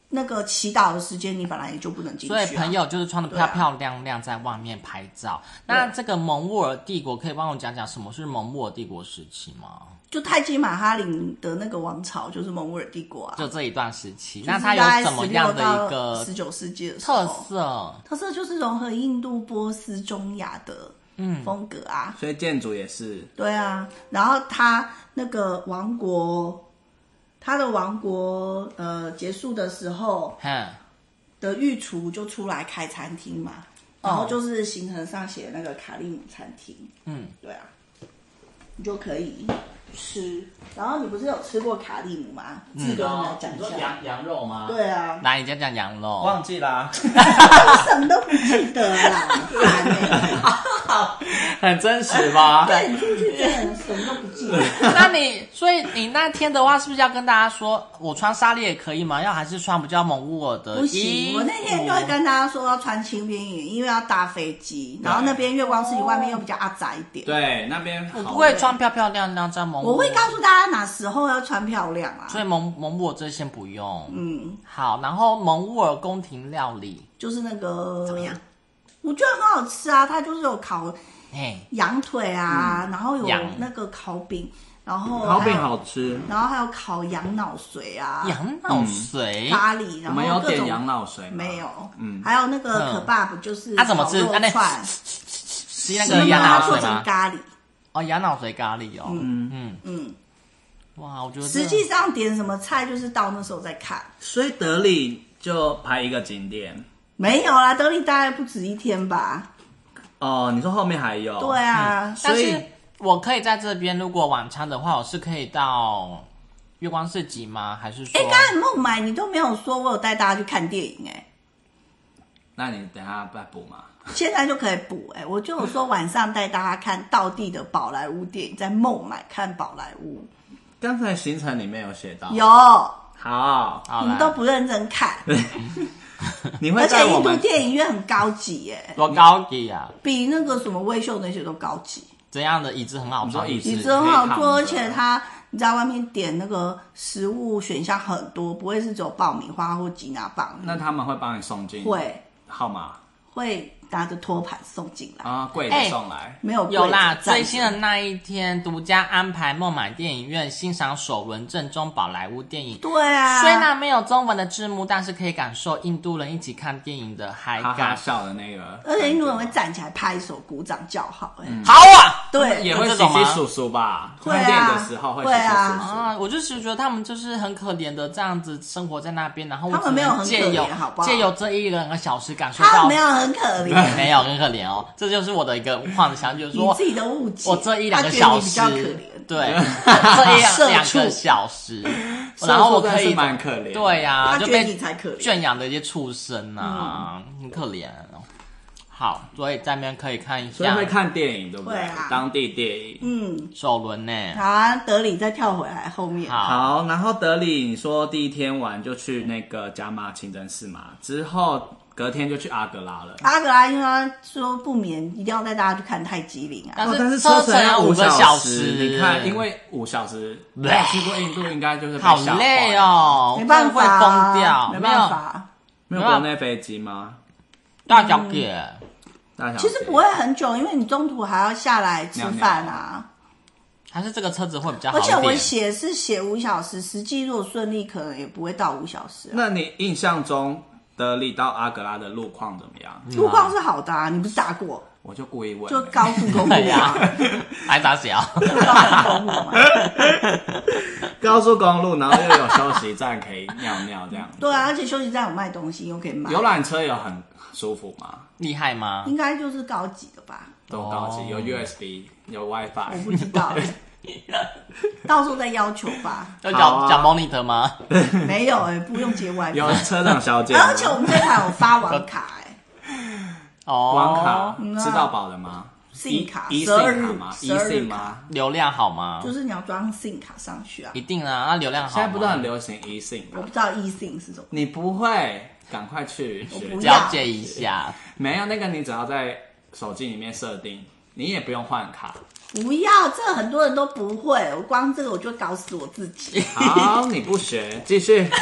Speaker 1: 那个祈祷的时间，你本来也就不能进去、
Speaker 2: 所
Speaker 1: 啊。
Speaker 2: 以朋友就是穿的
Speaker 1: 对
Speaker 2: 漂
Speaker 1: 啊
Speaker 2: 漂亮亮，在外面拍照。那这个蒙古尔帝国可以帮我讲讲什么是蒙古尔帝国时期吗？
Speaker 1: 就泰姬玛哈林的那个王朝，就是蒙古尔帝国啊。
Speaker 2: 就这一段时期，
Speaker 1: 就是
Speaker 2: 那它
Speaker 1: 大概
Speaker 2: 有什么样的一个
Speaker 1: 十九世纪的时候
Speaker 2: 特色？
Speaker 1: 特色就是融合印度、波斯、中亚的风格啊。
Speaker 2: 嗯
Speaker 4: 所以建筑也是
Speaker 1: 对啊，然后他那个王国，他的王国呃结束的时候，
Speaker 2: 哼，
Speaker 1: 的御厨就出来开餐厅嘛，然后就是行程上写那个卡利姆餐厅，
Speaker 2: 嗯，
Speaker 1: 对啊，你就可以吃。然后你不是有吃过卡利姆吗？志哥，你来讲
Speaker 3: 你
Speaker 1: 一
Speaker 3: 说
Speaker 1: 下。
Speaker 3: 羊羊肉吗？，
Speaker 1: 对啊，
Speaker 2: 来，你讲讲羊肉。
Speaker 4: 忘记啦，
Speaker 1: 什么都不记得啦，烦欸
Speaker 4: 很真实吧？
Speaker 1: 对，你进去真的什么都不记得。
Speaker 2: 那你，所以你那天的话，是不是要跟大家说，我穿纱丽也可以吗？要还是穿比较蒙古尔的
Speaker 1: 不
Speaker 2: 衣
Speaker 1: 行，
Speaker 2: 服？
Speaker 1: 我那天就会跟大家说要穿轻便一点，因为要搭飞机，然后那边月光市里外面又比较阿杂一点。
Speaker 4: 对，那边好
Speaker 1: 嗯
Speaker 2: 我不会穿漂漂亮亮在蒙古尔。
Speaker 1: 我会告诉大家哪时候要穿漂亮啊。
Speaker 2: 所以蒙蒙古尔这先不用。
Speaker 1: 嗯，
Speaker 2: 好，然后蒙古尔宫廷料理，
Speaker 1: 就是那个
Speaker 2: 怎么样？
Speaker 1: 我觉得很好吃啊，它就是有烤
Speaker 2: 嘿，
Speaker 1: 羊腿啊，然后有
Speaker 2: 嗯羊
Speaker 1: 那个烤饼，然后
Speaker 4: 好
Speaker 1: 还
Speaker 4: 饼
Speaker 1: 有，
Speaker 4: 好吃。
Speaker 1: 然后还有烤羊脑髓啊，
Speaker 2: 羊
Speaker 4: 嗯
Speaker 2: 脑髓，
Speaker 1: 咖喱，
Speaker 4: 我
Speaker 1: 然
Speaker 4: 们有
Speaker 1: 后各
Speaker 4: 点
Speaker 1: 种
Speaker 4: 羊脑髓吗
Speaker 1: 没有，嗯，还有那个可
Speaker 2: 嗯
Speaker 1: 爸不就是
Speaker 2: 啊怎么
Speaker 1: 烤
Speaker 2: 吃
Speaker 1: 肉
Speaker 2: 啊那
Speaker 1: 串，
Speaker 2: 是那
Speaker 1: 没有
Speaker 2: 个
Speaker 1: 没有
Speaker 2: 羊
Speaker 1: 它
Speaker 2: 脑
Speaker 1: 做
Speaker 2: 髓
Speaker 1: 成
Speaker 2: 吗？
Speaker 1: 咖喱，
Speaker 2: 哦，羊脑髓咖喱哦。嗯嗯，
Speaker 1: 嗯，
Speaker 2: 哇，我觉得
Speaker 1: 实际上点什么菜就是到那时候再看。
Speaker 4: 所以德里就排一个景点
Speaker 1: 没有啦，德里大概不止一天吧？
Speaker 4: 哦。你说后面还有？
Speaker 1: 对啊，
Speaker 2: 但
Speaker 4: 所
Speaker 2: 是
Speaker 4: 以
Speaker 2: 我嗯可以在这边，如果晚餐的话，我是可以到月光市集吗？还是说
Speaker 1: 哎，？刚才孟买你都没有说，我有带大家去看电影哎、
Speaker 4: 那你等一下再补嘛。
Speaker 1: 现在就可以补哎、我就有说晚上带大家看道地的宝莱坞电影，在孟买看宝莱坞，
Speaker 4: 刚才行程里面有写到，
Speaker 1: 有
Speaker 4: 好，
Speaker 2: 好
Speaker 1: 你
Speaker 2: 啦
Speaker 1: 们都不认真看，
Speaker 4: 你会
Speaker 1: 而
Speaker 4: 在
Speaker 1: 且
Speaker 4: 我
Speaker 1: 印度
Speaker 4: 们
Speaker 1: 电影院很高级哎、
Speaker 2: 多高级啊？
Speaker 1: 比那个什么微秀那些都高级，
Speaker 2: 怎样的椅子很好坐？
Speaker 4: 你说椅子
Speaker 1: 椅子很好
Speaker 4: 可
Speaker 1: 坐，
Speaker 4: 以躺
Speaker 1: 而且它你在外面点那个食物选项很多，不会是只有爆米花或吉拿棒，
Speaker 4: 那他们会帮你送进
Speaker 1: 会
Speaker 4: 号码
Speaker 1: 会拿着托盘送进来，
Speaker 4: 啊，柜子
Speaker 2: 哎
Speaker 4: 送来。
Speaker 1: 没有柜子
Speaker 2: 有啦，
Speaker 1: 站
Speaker 2: 最新的那一天，独家安排孟买电影院欣赏首轮正宗宝莱坞电影。
Speaker 1: 对啊，
Speaker 2: 虽然没有中文的字幕，但是可以感受印度人一起看电影的嗨
Speaker 4: 哈哈
Speaker 2: 感。
Speaker 4: 笑的那个，
Speaker 1: 而且印度人会站起来拍手鼓掌叫好哎、
Speaker 2: 好啊，
Speaker 1: 对，
Speaker 4: 嗯也会
Speaker 2: 有这
Speaker 4: 洗
Speaker 2: 种吗
Speaker 4: 洗叔叔吧？
Speaker 1: 会啊
Speaker 4: 看电影的时候会洗
Speaker 1: 会啊
Speaker 4: 洗叔叔。
Speaker 2: 啊，我就是觉得他们就是很可怜的这样子生活在那边，然后我
Speaker 1: 他们没有
Speaker 2: 只能
Speaker 1: 很可
Speaker 2: 借由
Speaker 1: 怜好不好
Speaker 2: 借由这一两个小时感受
Speaker 1: 他
Speaker 2: 到
Speaker 1: 没有很可怜，
Speaker 2: 嗯没有很可怜哦，这就是我的一个幻想，就是
Speaker 1: 你
Speaker 2: 说
Speaker 1: 自己的误解。
Speaker 2: 我这一两个
Speaker 1: 他觉得
Speaker 2: 小
Speaker 1: 你比较可
Speaker 2: 时
Speaker 1: 怜，，
Speaker 2: 对，这一
Speaker 1: 社
Speaker 2: 两两
Speaker 1: 畜
Speaker 2: 个小时，然后我可
Speaker 4: 真的
Speaker 2: 以
Speaker 4: 是蛮可怜的
Speaker 2: 对呀、
Speaker 1: 他
Speaker 2: 就
Speaker 1: 觉得
Speaker 2: 被
Speaker 1: 你才可怜。嗯
Speaker 2: 圈养的一些畜生啊，很可怜哦。好，所以在那边可以看一
Speaker 4: 所以
Speaker 2: 下
Speaker 4: 会看电影，对不
Speaker 1: 会
Speaker 4: 对
Speaker 1: 啊？
Speaker 4: 当地电影。
Speaker 1: 嗯，
Speaker 2: 首轮呢。
Speaker 1: 好啊，德里再跳回来后面。
Speaker 2: 好
Speaker 4: 好，然后德里，你说第一天玩就去那个加马清真寺嘛，之后隔天就去阿格拉了。
Speaker 1: 阿格拉因为他说不眠，一定要带大家去看泰姬陵啊。
Speaker 2: 但
Speaker 4: 哦但是
Speaker 2: 车
Speaker 4: 程
Speaker 2: 程要
Speaker 4: 要
Speaker 2: 五个
Speaker 4: 个
Speaker 2: 小时
Speaker 4: 时，你看，因为五小时，没去过印度应该就是被
Speaker 2: 好
Speaker 4: 吓坏
Speaker 2: 累
Speaker 4: 了。
Speaker 2: 哦，
Speaker 1: 没办法
Speaker 2: 我真的会
Speaker 1: 啊，
Speaker 2: 疯掉，
Speaker 1: 没
Speaker 2: 没
Speaker 1: 办
Speaker 2: 有
Speaker 1: 法。
Speaker 4: 没有
Speaker 2: 没办
Speaker 4: 国
Speaker 2: 法
Speaker 4: 内飞机吗？
Speaker 2: 大小姐，
Speaker 4: 大小
Speaker 1: 其
Speaker 4: 姐
Speaker 1: 实不会很久，因为你中途还要下来吃饭啊。
Speaker 2: 还是这个车子会比较好
Speaker 1: 而
Speaker 2: 一
Speaker 1: 且
Speaker 2: 点。
Speaker 1: 我写是写五小时，实际如果顺利，可能也不会到五小时啊。
Speaker 4: 那你印象中德里到阿格拉的路况怎么样？
Speaker 1: 路况是好的啊，你不是搭过
Speaker 4: 我就故意问，
Speaker 1: 就高速公
Speaker 2: 对
Speaker 1: 路
Speaker 2: 呀
Speaker 1: 啊？
Speaker 2: 还咋写啊？
Speaker 1: 就 高速公路嘛。。
Speaker 4: 高速公路，然后又有休息站可以尿尿这样
Speaker 1: 对啊，而且休息站有卖东西，又可以买，
Speaker 4: 游览车有很舒服吗？
Speaker 2: 厉害吗？
Speaker 1: 应该就是高级的吧？
Speaker 4: 都高级，
Speaker 2: 哦
Speaker 4: 有 USB，有
Speaker 1: 我
Speaker 4: WiFi。
Speaker 1: 不知道，到时候再要求吧。
Speaker 2: 要
Speaker 4: 好啊
Speaker 2: 讲讲 monitor 吗？
Speaker 1: 没有哎、不用接外卖。
Speaker 4: 有车长小姐吗，
Speaker 1: 而且我们这台有发网卡哎、
Speaker 2: 哦，
Speaker 4: 网卡
Speaker 1: 嗯啊
Speaker 4: 吃到饱的吗
Speaker 1: 信卡
Speaker 4: 一
Speaker 1: 十二日
Speaker 4: 卡吗？一
Speaker 1: 十二日
Speaker 4: 信
Speaker 1: 卡，
Speaker 4: 吗？
Speaker 2: 流量好吗？
Speaker 1: 就是你要装信卡上去啊。
Speaker 2: 一定啊，那流量好吗。
Speaker 4: 现在不都很流行一信
Speaker 1: 我
Speaker 4: 吗
Speaker 1: 不？知道 e 信是什么，
Speaker 4: 你不会，赶快去
Speaker 1: 我
Speaker 4: 学
Speaker 1: 不。要
Speaker 2: 了解一下，
Speaker 4: 没有那个，你只要在手机里面设定，你也不用 换卡。
Speaker 1: 不要，这很多人都不会，我光这个我就搞死我自己。
Speaker 4: 好，你不学，继续。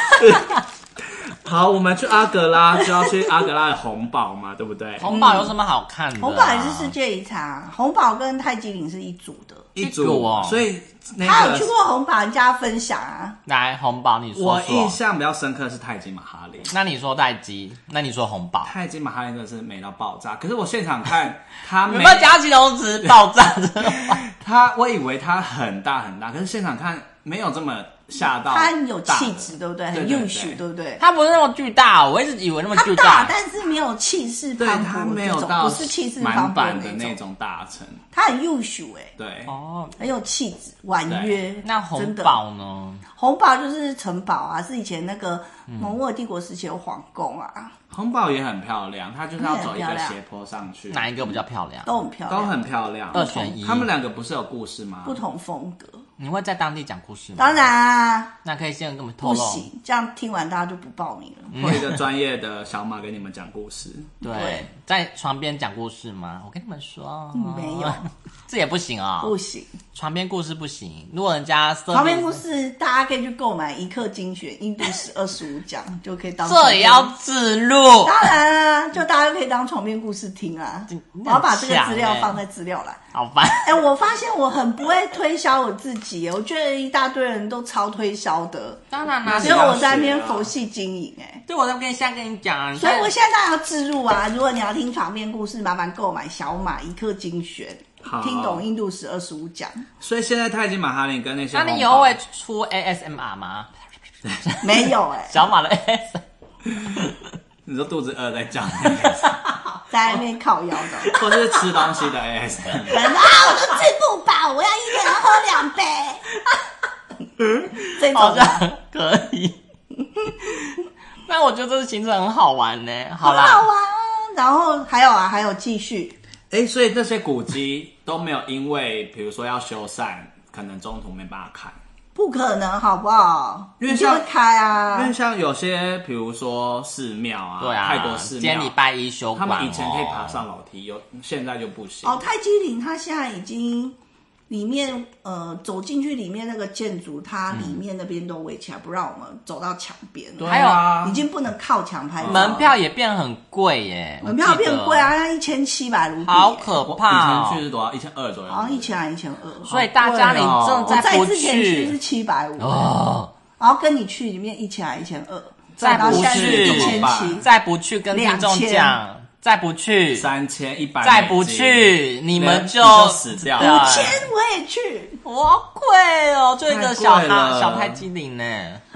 Speaker 4: 好，我们去阿格拉就要去阿格拉的红堡嘛，对不对？
Speaker 2: 红宝有什么好看的
Speaker 1: 嗯
Speaker 2: 啊？
Speaker 1: 红宝也是世界遗产啊，红宝跟泰姬陵是一组的。
Speaker 4: 一
Speaker 2: 这个
Speaker 4: 组
Speaker 2: 哦
Speaker 4: 所以那
Speaker 1: 他有去
Speaker 4: 个
Speaker 1: 过红宝，人家分享啊。
Speaker 2: 来红宝，你说
Speaker 4: 我印
Speaker 2: 说。
Speaker 4: 象比较深刻的是泰姬玛哈林。
Speaker 2: 那你说待机，那你说红宝，
Speaker 4: 泰姬玛哈林真的是美到爆炸，可是我现 场看他
Speaker 2: 有
Speaker 4: 没
Speaker 2: 没有加形容词爆炸这种话？
Speaker 4: 他，我以为他很大很大，可是现场看没有这么吓到大的。
Speaker 1: 他有气质，对不对？很
Speaker 4: 对对
Speaker 1: 优秀，对不对？
Speaker 2: 它不是那么巨大，我一直以为那么
Speaker 1: 他
Speaker 2: 巨
Speaker 1: 大，但是没有气势
Speaker 4: 对
Speaker 1: 磅
Speaker 4: 他
Speaker 1: 礴
Speaker 4: 没
Speaker 1: 这
Speaker 4: 有
Speaker 1: 种，
Speaker 4: 到
Speaker 1: 不是气势
Speaker 4: 满
Speaker 1: 磅
Speaker 4: 版
Speaker 1: 礴
Speaker 4: 的
Speaker 1: 那
Speaker 4: 那
Speaker 1: 种。
Speaker 4: 种大臣，
Speaker 1: 他很优秀哎，
Speaker 4: 对，
Speaker 2: 哦，
Speaker 1: 很有气质，婉约。
Speaker 2: 那红
Speaker 1: 真的
Speaker 2: 宝呢？
Speaker 1: 红堡就是城堡啊，是以前那个
Speaker 4: 嗯
Speaker 1: 蒙古帝国时期有皇宫啊，
Speaker 4: 红堡也很漂亮，它就是要走一
Speaker 1: 很漂
Speaker 4: 个
Speaker 1: 亮
Speaker 4: 斜坡上去，
Speaker 2: 哪一个比较漂亮？
Speaker 1: 都很漂亮，
Speaker 4: 都很漂亮。
Speaker 2: 二选一
Speaker 4: 他们两个不是有故事吗？
Speaker 1: 不同风格。
Speaker 2: 你会在当地讲故事吗？
Speaker 1: 当然啊，
Speaker 2: 那可以先跟我们透
Speaker 1: 不
Speaker 2: 露。
Speaker 1: 行，这样听完大家就不报名了。
Speaker 4: 会有一个专业的小马给你们讲故事。
Speaker 2: 对
Speaker 1: 对，嗯
Speaker 2: 在床边讲故事吗？我跟你们说，
Speaker 4: 嗯
Speaker 1: 没有，
Speaker 4: 哦
Speaker 2: 这也不行啊、
Speaker 1: 不 行，
Speaker 2: 床边故事不行，如果人家设定
Speaker 1: 旁边故事大家可以去购买一课精选印度史二十五讲，就可以当
Speaker 2: 这也要自录，
Speaker 1: 当然啊，就大家可以当床边故事听啊
Speaker 2: 嗯。
Speaker 1: 我要把这个资料
Speaker 2: 很强欸
Speaker 1: 放在资料栏。
Speaker 2: 好烦。
Speaker 1: 哎、我发现我很不会推销我自己耶，我觉得一大堆人都超推销的，
Speaker 2: 当然
Speaker 4: 那
Speaker 2: 啦，
Speaker 4: 你
Speaker 1: 只
Speaker 2: 所以
Speaker 1: 有
Speaker 4: 要
Speaker 1: 我在那边
Speaker 4: 学啊
Speaker 1: 佛系经营哎。
Speaker 2: 对我在跟现在跟你讲啊，你
Speaker 1: 所以
Speaker 2: 看
Speaker 1: 我现在当然要置入啊！如果你要听床边故事，麻烦购买小马一刻精选，
Speaker 4: 好
Speaker 1: 听懂印度史二十五讲。
Speaker 4: 所以现在泰姬玛哈林跟那些
Speaker 2: 那
Speaker 4: 红堡，
Speaker 2: 你以后会出 ASMR 吗？
Speaker 1: 没有 哎、
Speaker 2: 小马的 AS，
Speaker 4: 你说肚子饿在讲，
Speaker 1: 在那边靠腰的。
Speaker 4: 或是吃东西的哎 ASM。
Speaker 1: 人啊，我都吃不饱，我要一个人喝两杯。 这种啊
Speaker 2: 好
Speaker 1: 的
Speaker 2: 像可以。 那我觉得这个行程很好玩呢、好
Speaker 1: 很好
Speaker 2: 啦，
Speaker 1: 玩啊。然后还有啊，还有继续，
Speaker 4: 哎、所以这些古迹都没有因为，比如说要修缮，可能中途没办法看。
Speaker 1: 不可能好不好？
Speaker 4: 因为
Speaker 1: 你就会
Speaker 4: 像
Speaker 1: 开
Speaker 4: 因
Speaker 1: 啊
Speaker 4: 为，像有些，比如说寺庙啊，
Speaker 2: 对啊，
Speaker 4: 泰国寺
Speaker 2: 今
Speaker 4: 庙
Speaker 2: 天，礼拜一休
Speaker 4: 他
Speaker 2: 馆、哦，
Speaker 4: 们以前可以爬上楼梯，有现在就不行。
Speaker 1: 哦，泰姬陵它现在已经里面呃走进去里面那个建筑，它里面那边都围起来，不让我们走到墙边了，
Speaker 2: 还有
Speaker 4: 对啊
Speaker 1: 已经不能靠墙拍照。
Speaker 2: 门票也变很贵耶、
Speaker 1: 门票变贵啊，
Speaker 2: 我记
Speaker 1: 要一千七百卢
Speaker 2: 得，
Speaker 1: 比，
Speaker 2: 好可怕、
Speaker 4: 以前去
Speaker 2: 哦。
Speaker 4: 是多少？一千二左右。
Speaker 1: 好像一千啊还一千二。
Speaker 2: 所以大家你真
Speaker 1: 哦啊我
Speaker 2: 的
Speaker 1: 在
Speaker 2: 不
Speaker 1: 之前去是
Speaker 2: 去
Speaker 1: 七百五，
Speaker 2: 哦，
Speaker 1: 然后跟你去里面一千啊还一千二，
Speaker 2: 再
Speaker 1: 然后
Speaker 2: 不
Speaker 1: 现在是
Speaker 2: 去
Speaker 1: 一千
Speaker 4: 怎么办
Speaker 1: 七，
Speaker 2: 再不去跟听众讲，再不去，
Speaker 4: 三千一百，
Speaker 2: 再不去，你们
Speaker 4: 你就死掉
Speaker 2: 了。
Speaker 1: 千我也去。
Speaker 2: 我好贵哦，就一个小
Speaker 4: 太贵
Speaker 2: 哈
Speaker 4: 了
Speaker 2: 小泰姬陵呢，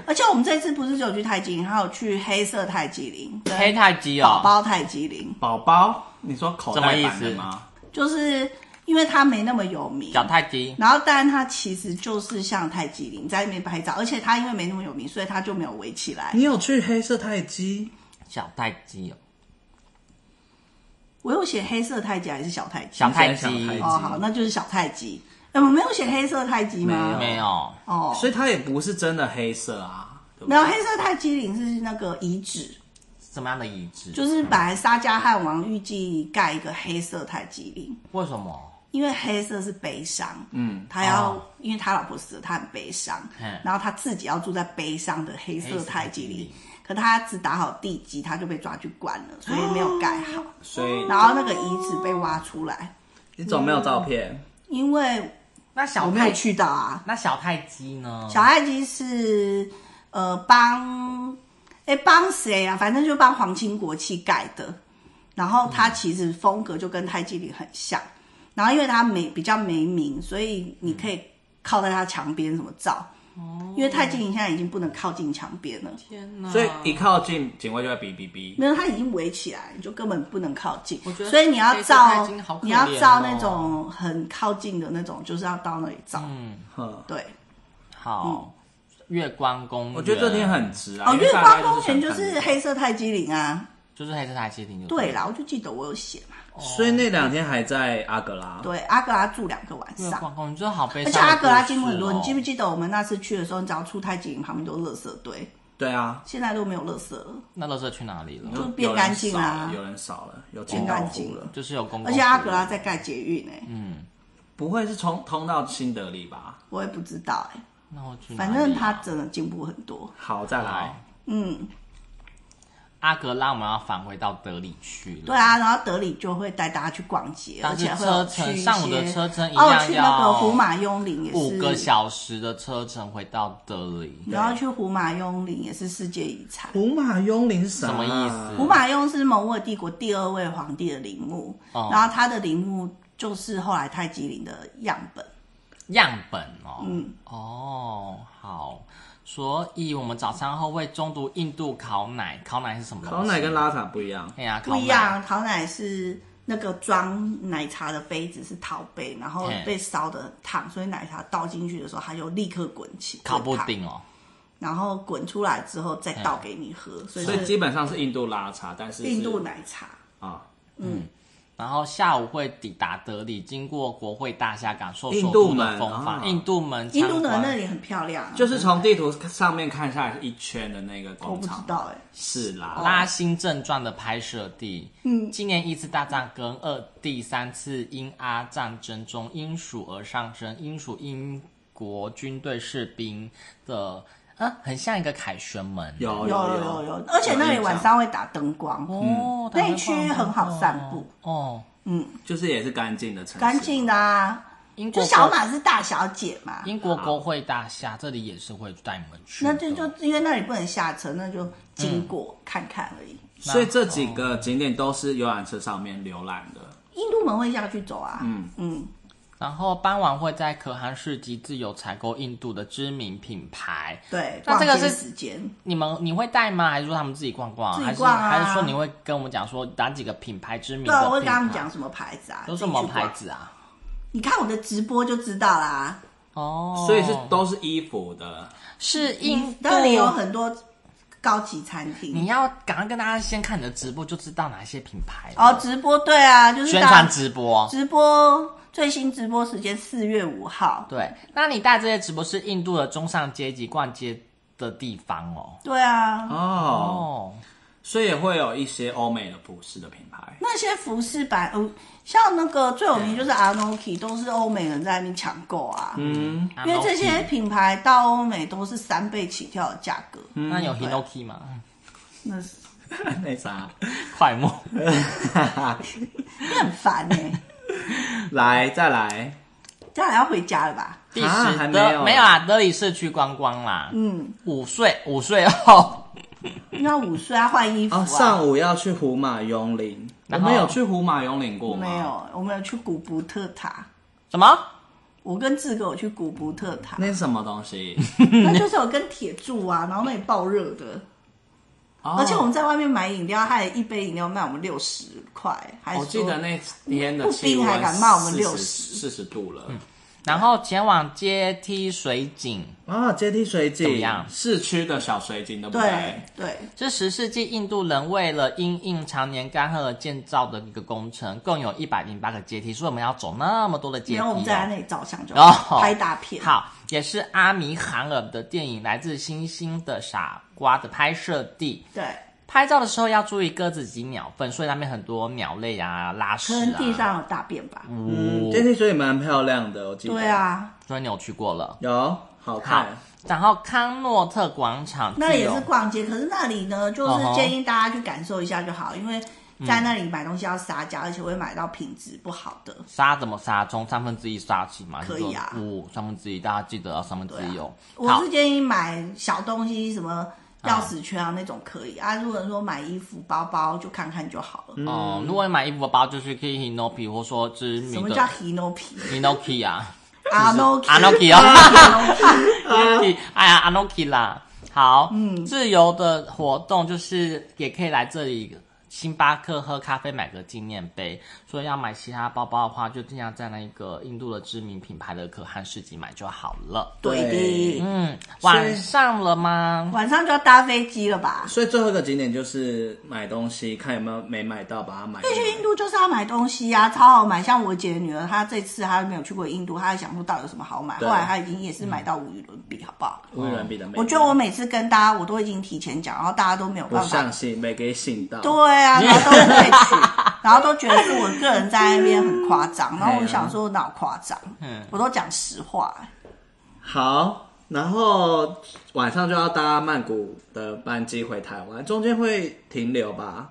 Speaker 1: 而且我们这次不是只有去泰姬陵，还有去黑色泰姬陵、
Speaker 2: 黑泰姬
Speaker 1: 宝
Speaker 2: 哦，
Speaker 1: 宝泰姬陵，
Speaker 4: 宝宝，你说口袋版
Speaker 2: 什么
Speaker 4: 的
Speaker 2: 意思
Speaker 4: 吗？
Speaker 1: 就是因为它没那么有名。
Speaker 2: 小泰姬，
Speaker 1: 然后，但它其实就是像泰姬陵，在那边拍照，而且它因为没那么有名，所以它就没有围起
Speaker 2: 嗯
Speaker 1: 来。
Speaker 4: 你有去黑色泰姬？
Speaker 2: 小泰姬哦，
Speaker 1: 我有写黑色太极还是小太极？
Speaker 2: 小泰
Speaker 4: 小泰
Speaker 2: 姬
Speaker 4: 姬
Speaker 1: 哦，好，那就是小太极。哎，我没有写黑色太极吗？
Speaker 2: 没有，
Speaker 1: 哦，
Speaker 4: 所以它也不是真的黑色啊。对不
Speaker 1: 没
Speaker 4: 对
Speaker 1: 有黑色太极陵是那个遗址，
Speaker 2: 什么样的遗址？
Speaker 1: 就是本来沙加汉王预计盖一个黑色太极陵，
Speaker 2: 为什么？
Speaker 1: 因为黑色是悲伤，嗯，他要、因为他老婆死了，他很悲伤
Speaker 2: 嗯，
Speaker 1: 然后他自己要住在悲伤的黑色太极
Speaker 2: 黑色太极
Speaker 1: 陵
Speaker 2: 陵，
Speaker 1: 可他只打好地基，他就被抓去关了，所以没有盖好，
Speaker 4: 所以
Speaker 1: 然后那个遗址被挖出来，
Speaker 4: 你怎么没有照片？
Speaker 1: 因为
Speaker 2: 那
Speaker 1: 我
Speaker 2: 小
Speaker 1: 没有
Speaker 2: 泰
Speaker 1: 去到啊，
Speaker 2: 那小泰姬呢？
Speaker 1: 小泰姬是呃帮哎，帮谁啊？反正就帮皇亲国戚盖的。然后它
Speaker 2: 嗯
Speaker 1: 其实风格就跟泰姬陵很像，然后因为它没比较没名，所以你可以
Speaker 2: 嗯
Speaker 1: 靠在它墙边什么照。
Speaker 2: 哦
Speaker 1: 因为泰姬陵现在已经不能靠近墙边了，
Speaker 2: 天哪！
Speaker 4: 所以一靠近警卫就会哔哔哔。
Speaker 1: 没有它已经围起来，你就根本不能靠近
Speaker 2: 我觉。得
Speaker 1: 所以你要
Speaker 2: 黑色泰
Speaker 1: 照
Speaker 2: 姬陵好，可
Speaker 1: 你要
Speaker 2: 怜
Speaker 1: 照
Speaker 2: 哦
Speaker 1: 那种很靠近的那种，就是要到那里照。
Speaker 2: 嗯，
Speaker 4: 哼，
Speaker 1: 对，嗯
Speaker 2: 好，月光公园，
Speaker 4: 我觉得这天很值啊。
Speaker 1: 哦，
Speaker 4: 因为
Speaker 1: 月
Speaker 4: 大
Speaker 1: 光
Speaker 4: 家
Speaker 1: 公园就
Speaker 4: 想看
Speaker 1: 是
Speaker 4: 这个
Speaker 1: 黑色泰姬陵啊。
Speaker 2: 就是黑色台阶亭，
Speaker 1: 对，啦，我就记得我有写嘛。
Speaker 4: 哦所以那两天还在阿格拉。
Speaker 1: 对，阿格拉住两个晚
Speaker 2: 月
Speaker 1: 上，
Speaker 2: 光公园真的好悲
Speaker 1: 而且
Speaker 2: 伤的故事哦。
Speaker 1: 阿格拉经过很多，你记不记得我们那次去的时候，你只要出太极营旁边都是垃圾堆，
Speaker 4: 对啊，
Speaker 1: 现在都没有垃圾了。
Speaker 2: 那垃圾去哪里了？
Speaker 1: 就变干净啊嗯啦
Speaker 4: 有人少了，有人少了有
Speaker 1: 变
Speaker 4: 进到
Speaker 1: 干
Speaker 4: 户
Speaker 1: 净了
Speaker 4: 了。
Speaker 2: 就是有公共，
Speaker 1: 而且阿格拉在，盖捷运哎、
Speaker 2: 嗯
Speaker 4: 不会是通通到新德里吧？
Speaker 1: 我也不知道哎、
Speaker 2: 那我去哪里
Speaker 1: 反
Speaker 2: 啊，
Speaker 1: 正他真的进步很多。
Speaker 4: 好，再来
Speaker 2: 好。
Speaker 1: 嗯，
Speaker 2: 阿格拉，我们要返回到德里去了。
Speaker 1: 对啊，然后德里就会带大家去逛街，
Speaker 2: 但
Speaker 1: 而
Speaker 2: 是
Speaker 1: 且会有
Speaker 2: 车
Speaker 1: 去
Speaker 2: 程
Speaker 1: 一些
Speaker 2: 上午的车程一
Speaker 1: 哦，
Speaker 2: 样
Speaker 1: 去那个
Speaker 2: 要
Speaker 1: 胡马雍陵也是
Speaker 2: 五个小时的车程回到德里，
Speaker 1: 然后去胡马雍陵也是世界遗产。
Speaker 4: 胡马雍陵是啥
Speaker 2: 什么意思
Speaker 1: 胡马雍是蒙兀帝国第二位皇帝的陵墓，
Speaker 2: 哦
Speaker 1: 然后他的陵墓就是后来太极陵的样本。
Speaker 2: 样本哦，
Speaker 1: 嗯
Speaker 2: 哦，好，所以我们早餐后会中毒印度烤奶，烤奶是什么东西？
Speaker 4: 烤奶跟拉塔不一样，
Speaker 2: 哎呀，
Speaker 1: 不一样，桃奶是那个装奶茶的杯子是陶杯，然后
Speaker 2: 嗯
Speaker 1: 被烧的很烫，所以奶茶倒进去的时候，它就立刻滚起
Speaker 2: 烤布，
Speaker 1: 滚烫
Speaker 2: 丁哦，
Speaker 1: 然后滚出来之后再倒给你喝，所
Speaker 4: 所以
Speaker 1: 以
Speaker 4: 基
Speaker 1: 是
Speaker 4: 本上是印度拉茶，但是是
Speaker 1: 印度奶茶。
Speaker 4: 啊，
Speaker 2: 然后下午会抵达德里，经过国会大厦，感受
Speaker 4: 印
Speaker 2: 首
Speaker 4: 度
Speaker 2: 都的
Speaker 4: 门
Speaker 2: 风
Speaker 4: 啊
Speaker 2: 范。印度门，
Speaker 1: 印度的
Speaker 2: 的
Speaker 1: 那里很漂亮、啊，
Speaker 4: 就是从地图上面看下来是一圈的那个
Speaker 1: 我
Speaker 4: 广
Speaker 1: 不知
Speaker 4: 场，
Speaker 1: 道哎、
Speaker 4: 是啦，
Speaker 2: 拉新正传》的拍摄地。嗯，今年一次大战跟二第三次英阿战争中，英属而上升，英属英国军队士兵的，啊，很像一个凯旋门。
Speaker 4: 有
Speaker 1: 哦有有
Speaker 4: 有
Speaker 1: 有有，嗯而且那里晚上会打灯光，
Speaker 2: 哦，
Speaker 1: 那一区很好散步
Speaker 2: 哦。
Speaker 4: 就是也是干净的城市，
Speaker 1: 干净的啊。
Speaker 2: 英
Speaker 1: 就
Speaker 2: 国
Speaker 1: 小
Speaker 2: 国
Speaker 1: 马是大小姐嘛，
Speaker 2: 英国国会大厦，这里也是会带你们去的。
Speaker 1: 那就就因为那里不能下车，那就
Speaker 2: 嗯
Speaker 1: 经过看看而已。
Speaker 4: 所以这几个景点都是游览车上面浏览的。
Speaker 1: 印度门会下去走啊，嗯嗯，
Speaker 2: 然后傍晚会在可汗市集自由采购印度的知名品牌。
Speaker 1: 对，
Speaker 2: 那这个
Speaker 1: 逛街
Speaker 2: 是
Speaker 1: 时间，
Speaker 2: 你们你会带吗？还是说他们自己逛逛？
Speaker 1: 自己逛啊
Speaker 2: 还是还是说你会跟我们讲说哪几个品牌知名的
Speaker 1: 对
Speaker 2: 品牌？
Speaker 1: 啊，我会跟他们讲什么牌子啊，
Speaker 2: 都
Speaker 1: 自
Speaker 2: 什
Speaker 1: 己去
Speaker 2: 么
Speaker 1: 逛
Speaker 2: 牌？子啊？
Speaker 1: 你看我的直播就知道啦。
Speaker 2: 哦，
Speaker 4: 所以是都是衣服的，
Speaker 2: 是印
Speaker 1: 嗯
Speaker 2: 度
Speaker 1: 那里有很多高级餐
Speaker 2: 你
Speaker 1: 厅
Speaker 2: 要赶快跟大家先看你的直播，就知道哪些品牌
Speaker 1: 哦，直播对啊，就是
Speaker 2: 宣
Speaker 1: 大
Speaker 2: 传直播。
Speaker 1: 直播最新直播时间四月五号。
Speaker 2: 对，那你带这些直播是印度的中上阶级逛街的地方哦。
Speaker 1: 对啊，
Speaker 4: 哦，
Speaker 2: 哦，
Speaker 4: 所以也会有一些欧美的服饰的品 牌。
Speaker 1: 那些服饰版，呃，像那个最有名就是 Anoki，都是欧美人在那边抢购啊。
Speaker 4: 嗯，
Speaker 1: 因为这些品牌到欧美都是三倍起跳的价格，
Speaker 4: 嗯
Speaker 2: 那有
Speaker 1: 对
Speaker 2: Hinoki 吗？
Speaker 1: 那是
Speaker 4: 那啥，
Speaker 2: 快木。
Speaker 1: 那很烦哎、
Speaker 4: 来再来，
Speaker 1: 这样还要回 家了吧？
Speaker 2: 第
Speaker 4: 啊
Speaker 2: 十
Speaker 4: 还没
Speaker 2: 德
Speaker 4: 有
Speaker 2: 没有啊，德里市区观光啦。
Speaker 1: 嗯，
Speaker 2: 五岁五岁后，
Speaker 1: 要午睡啊，换衣服啊。
Speaker 4: 哦，上午要去胡马雍陵，我
Speaker 2: 然后
Speaker 4: 们有去胡马雍陵过吗？
Speaker 1: 没。有，我们有去古布特塔。
Speaker 2: 什么？
Speaker 1: 我跟志哥有去古布特塔，
Speaker 4: 那是什么东西？
Speaker 1: 那就是有跟铁柱啊，然后那里爆热的，
Speaker 4: 哦
Speaker 1: 而且我们在外面买饮料，还一杯饮料卖我们六十块，还
Speaker 4: 哦
Speaker 1: 说
Speaker 4: 我记得那天的
Speaker 1: 不
Speaker 4: 气
Speaker 1: 冰还
Speaker 4: 温
Speaker 1: 敢骂我们60
Speaker 4: 四十度了。
Speaker 2: 然后前往阶梯水井，
Speaker 4: 啊，阶梯水井
Speaker 2: 怎么样
Speaker 4: 市区的小水井，对不
Speaker 1: 对对，
Speaker 2: 这十世纪印度人为了因应常年干旱而建造的一个工程，共有一百零八个阶梯，所以我们要走那么多的
Speaker 4: 啊
Speaker 2: 阶梯、
Speaker 1: 然后我们在那
Speaker 2: 哦。
Speaker 1: 里照相就
Speaker 2: 哦
Speaker 1: 拍大片，
Speaker 2: 好，也是阿米罕尔的电影《来自星星的傻瓜》的拍摄地。
Speaker 1: 对，
Speaker 2: 拍照的时候要注意鸽子及鸟粪，所以那边很多鸟类啊、拉
Speaker 1: 可
Speaker 2: 屎
Speaker 1: 能
Speaker 2: 啊。
Speaker 1: 地上有大便吧，
Speaker 4: 嗯，阶梯水井蛮漂亮的，我记得。
Speaker 1: 对，啊，
Speaker 2: 所以你有去过了。
Speaker 4: 有好
Speaker 2: 好
Speaker 4: 看。，
Speaker 2: 然后康诺特广场
Speaker 1: 那也
Speaker 2: 自由啊
Speaker 1: 是逛街，可是那里呢，就是建议大家去感受一下就好，因为在那里买东西要杀价，而且会买到品质不好的，
Speaker 2: 杀怎么杀？从三分之一杀起嘛，
Speaker 1: 可以啊啊
Speaker 2: 就是说五三分之一，大家记得要三分之一哦。
Speaker 1: 我
Speaker 2: 好
Speaker 1: 是，建议买小东西，什么钥匙圈啊那种可以
Speaker 2: 嗯
Speaker 1: 啊。如果说买衣服、包包，就看看就好了。
Speaker 2: 哦、如果你买衣服的包，就是可以 Hinoki 或说知
Speaker 1: 什
Speaker 2: 名
Speaker 1: 么
Speaker 2: 的
Speaker 1: 叫 Hinoki？
Speaker 2: Hinoki 啊
Speaker 1: 阿 Noki，
Speaker 2: a n o k i 啊 ，Hinoki，哎呀 a n o k i 啦。好，嗯，自由的活动就是也可以来这里。星巴克喝咖啡买个纪念杯，所以要买其他包包的话，就尽量在那个印度的知名品牌的可汗市集买就好了。
Speaker 1: 对的。
Speaker 2: 嗯，晚上了吗？
Speaker 1: 晚上就要搭飞机了吧？
Speaker 4: 所以最后一个景点就是买东西，看有没有没买到，把它买回来。
Speaker 1: 去印度就是要买东西啊，超好买。像我姐的女儿，她这次她没有去过印度，她还想说到底有什么好买。后
Speaker 4: 对
Speaker 1: 来她已经也
Speaker 2: 嗯
Speaker 1: 是买到无与伦比，好不好？
Speaker 4: 无与伦比的美。
Speaker 1: 我觉得我每次跟大家，我都已经提前讲，然后大家都没有
Speaker 4: 不
Speaker 1: 办法
Speaker 4: 相信，没给信到。
Speaker 1: 对啊，然后都会 去，然后都觉得是我个人在那边很夸张，
Speaker 4: 哎
Speaker 1: 然后我想说我哪有夸张，
Speaker 2: 嗯
Speaker 1: 我都讲实话、
Speaker 4: 好，然后晚上就要搭曼谷的班机回台湾，中间会停留吧？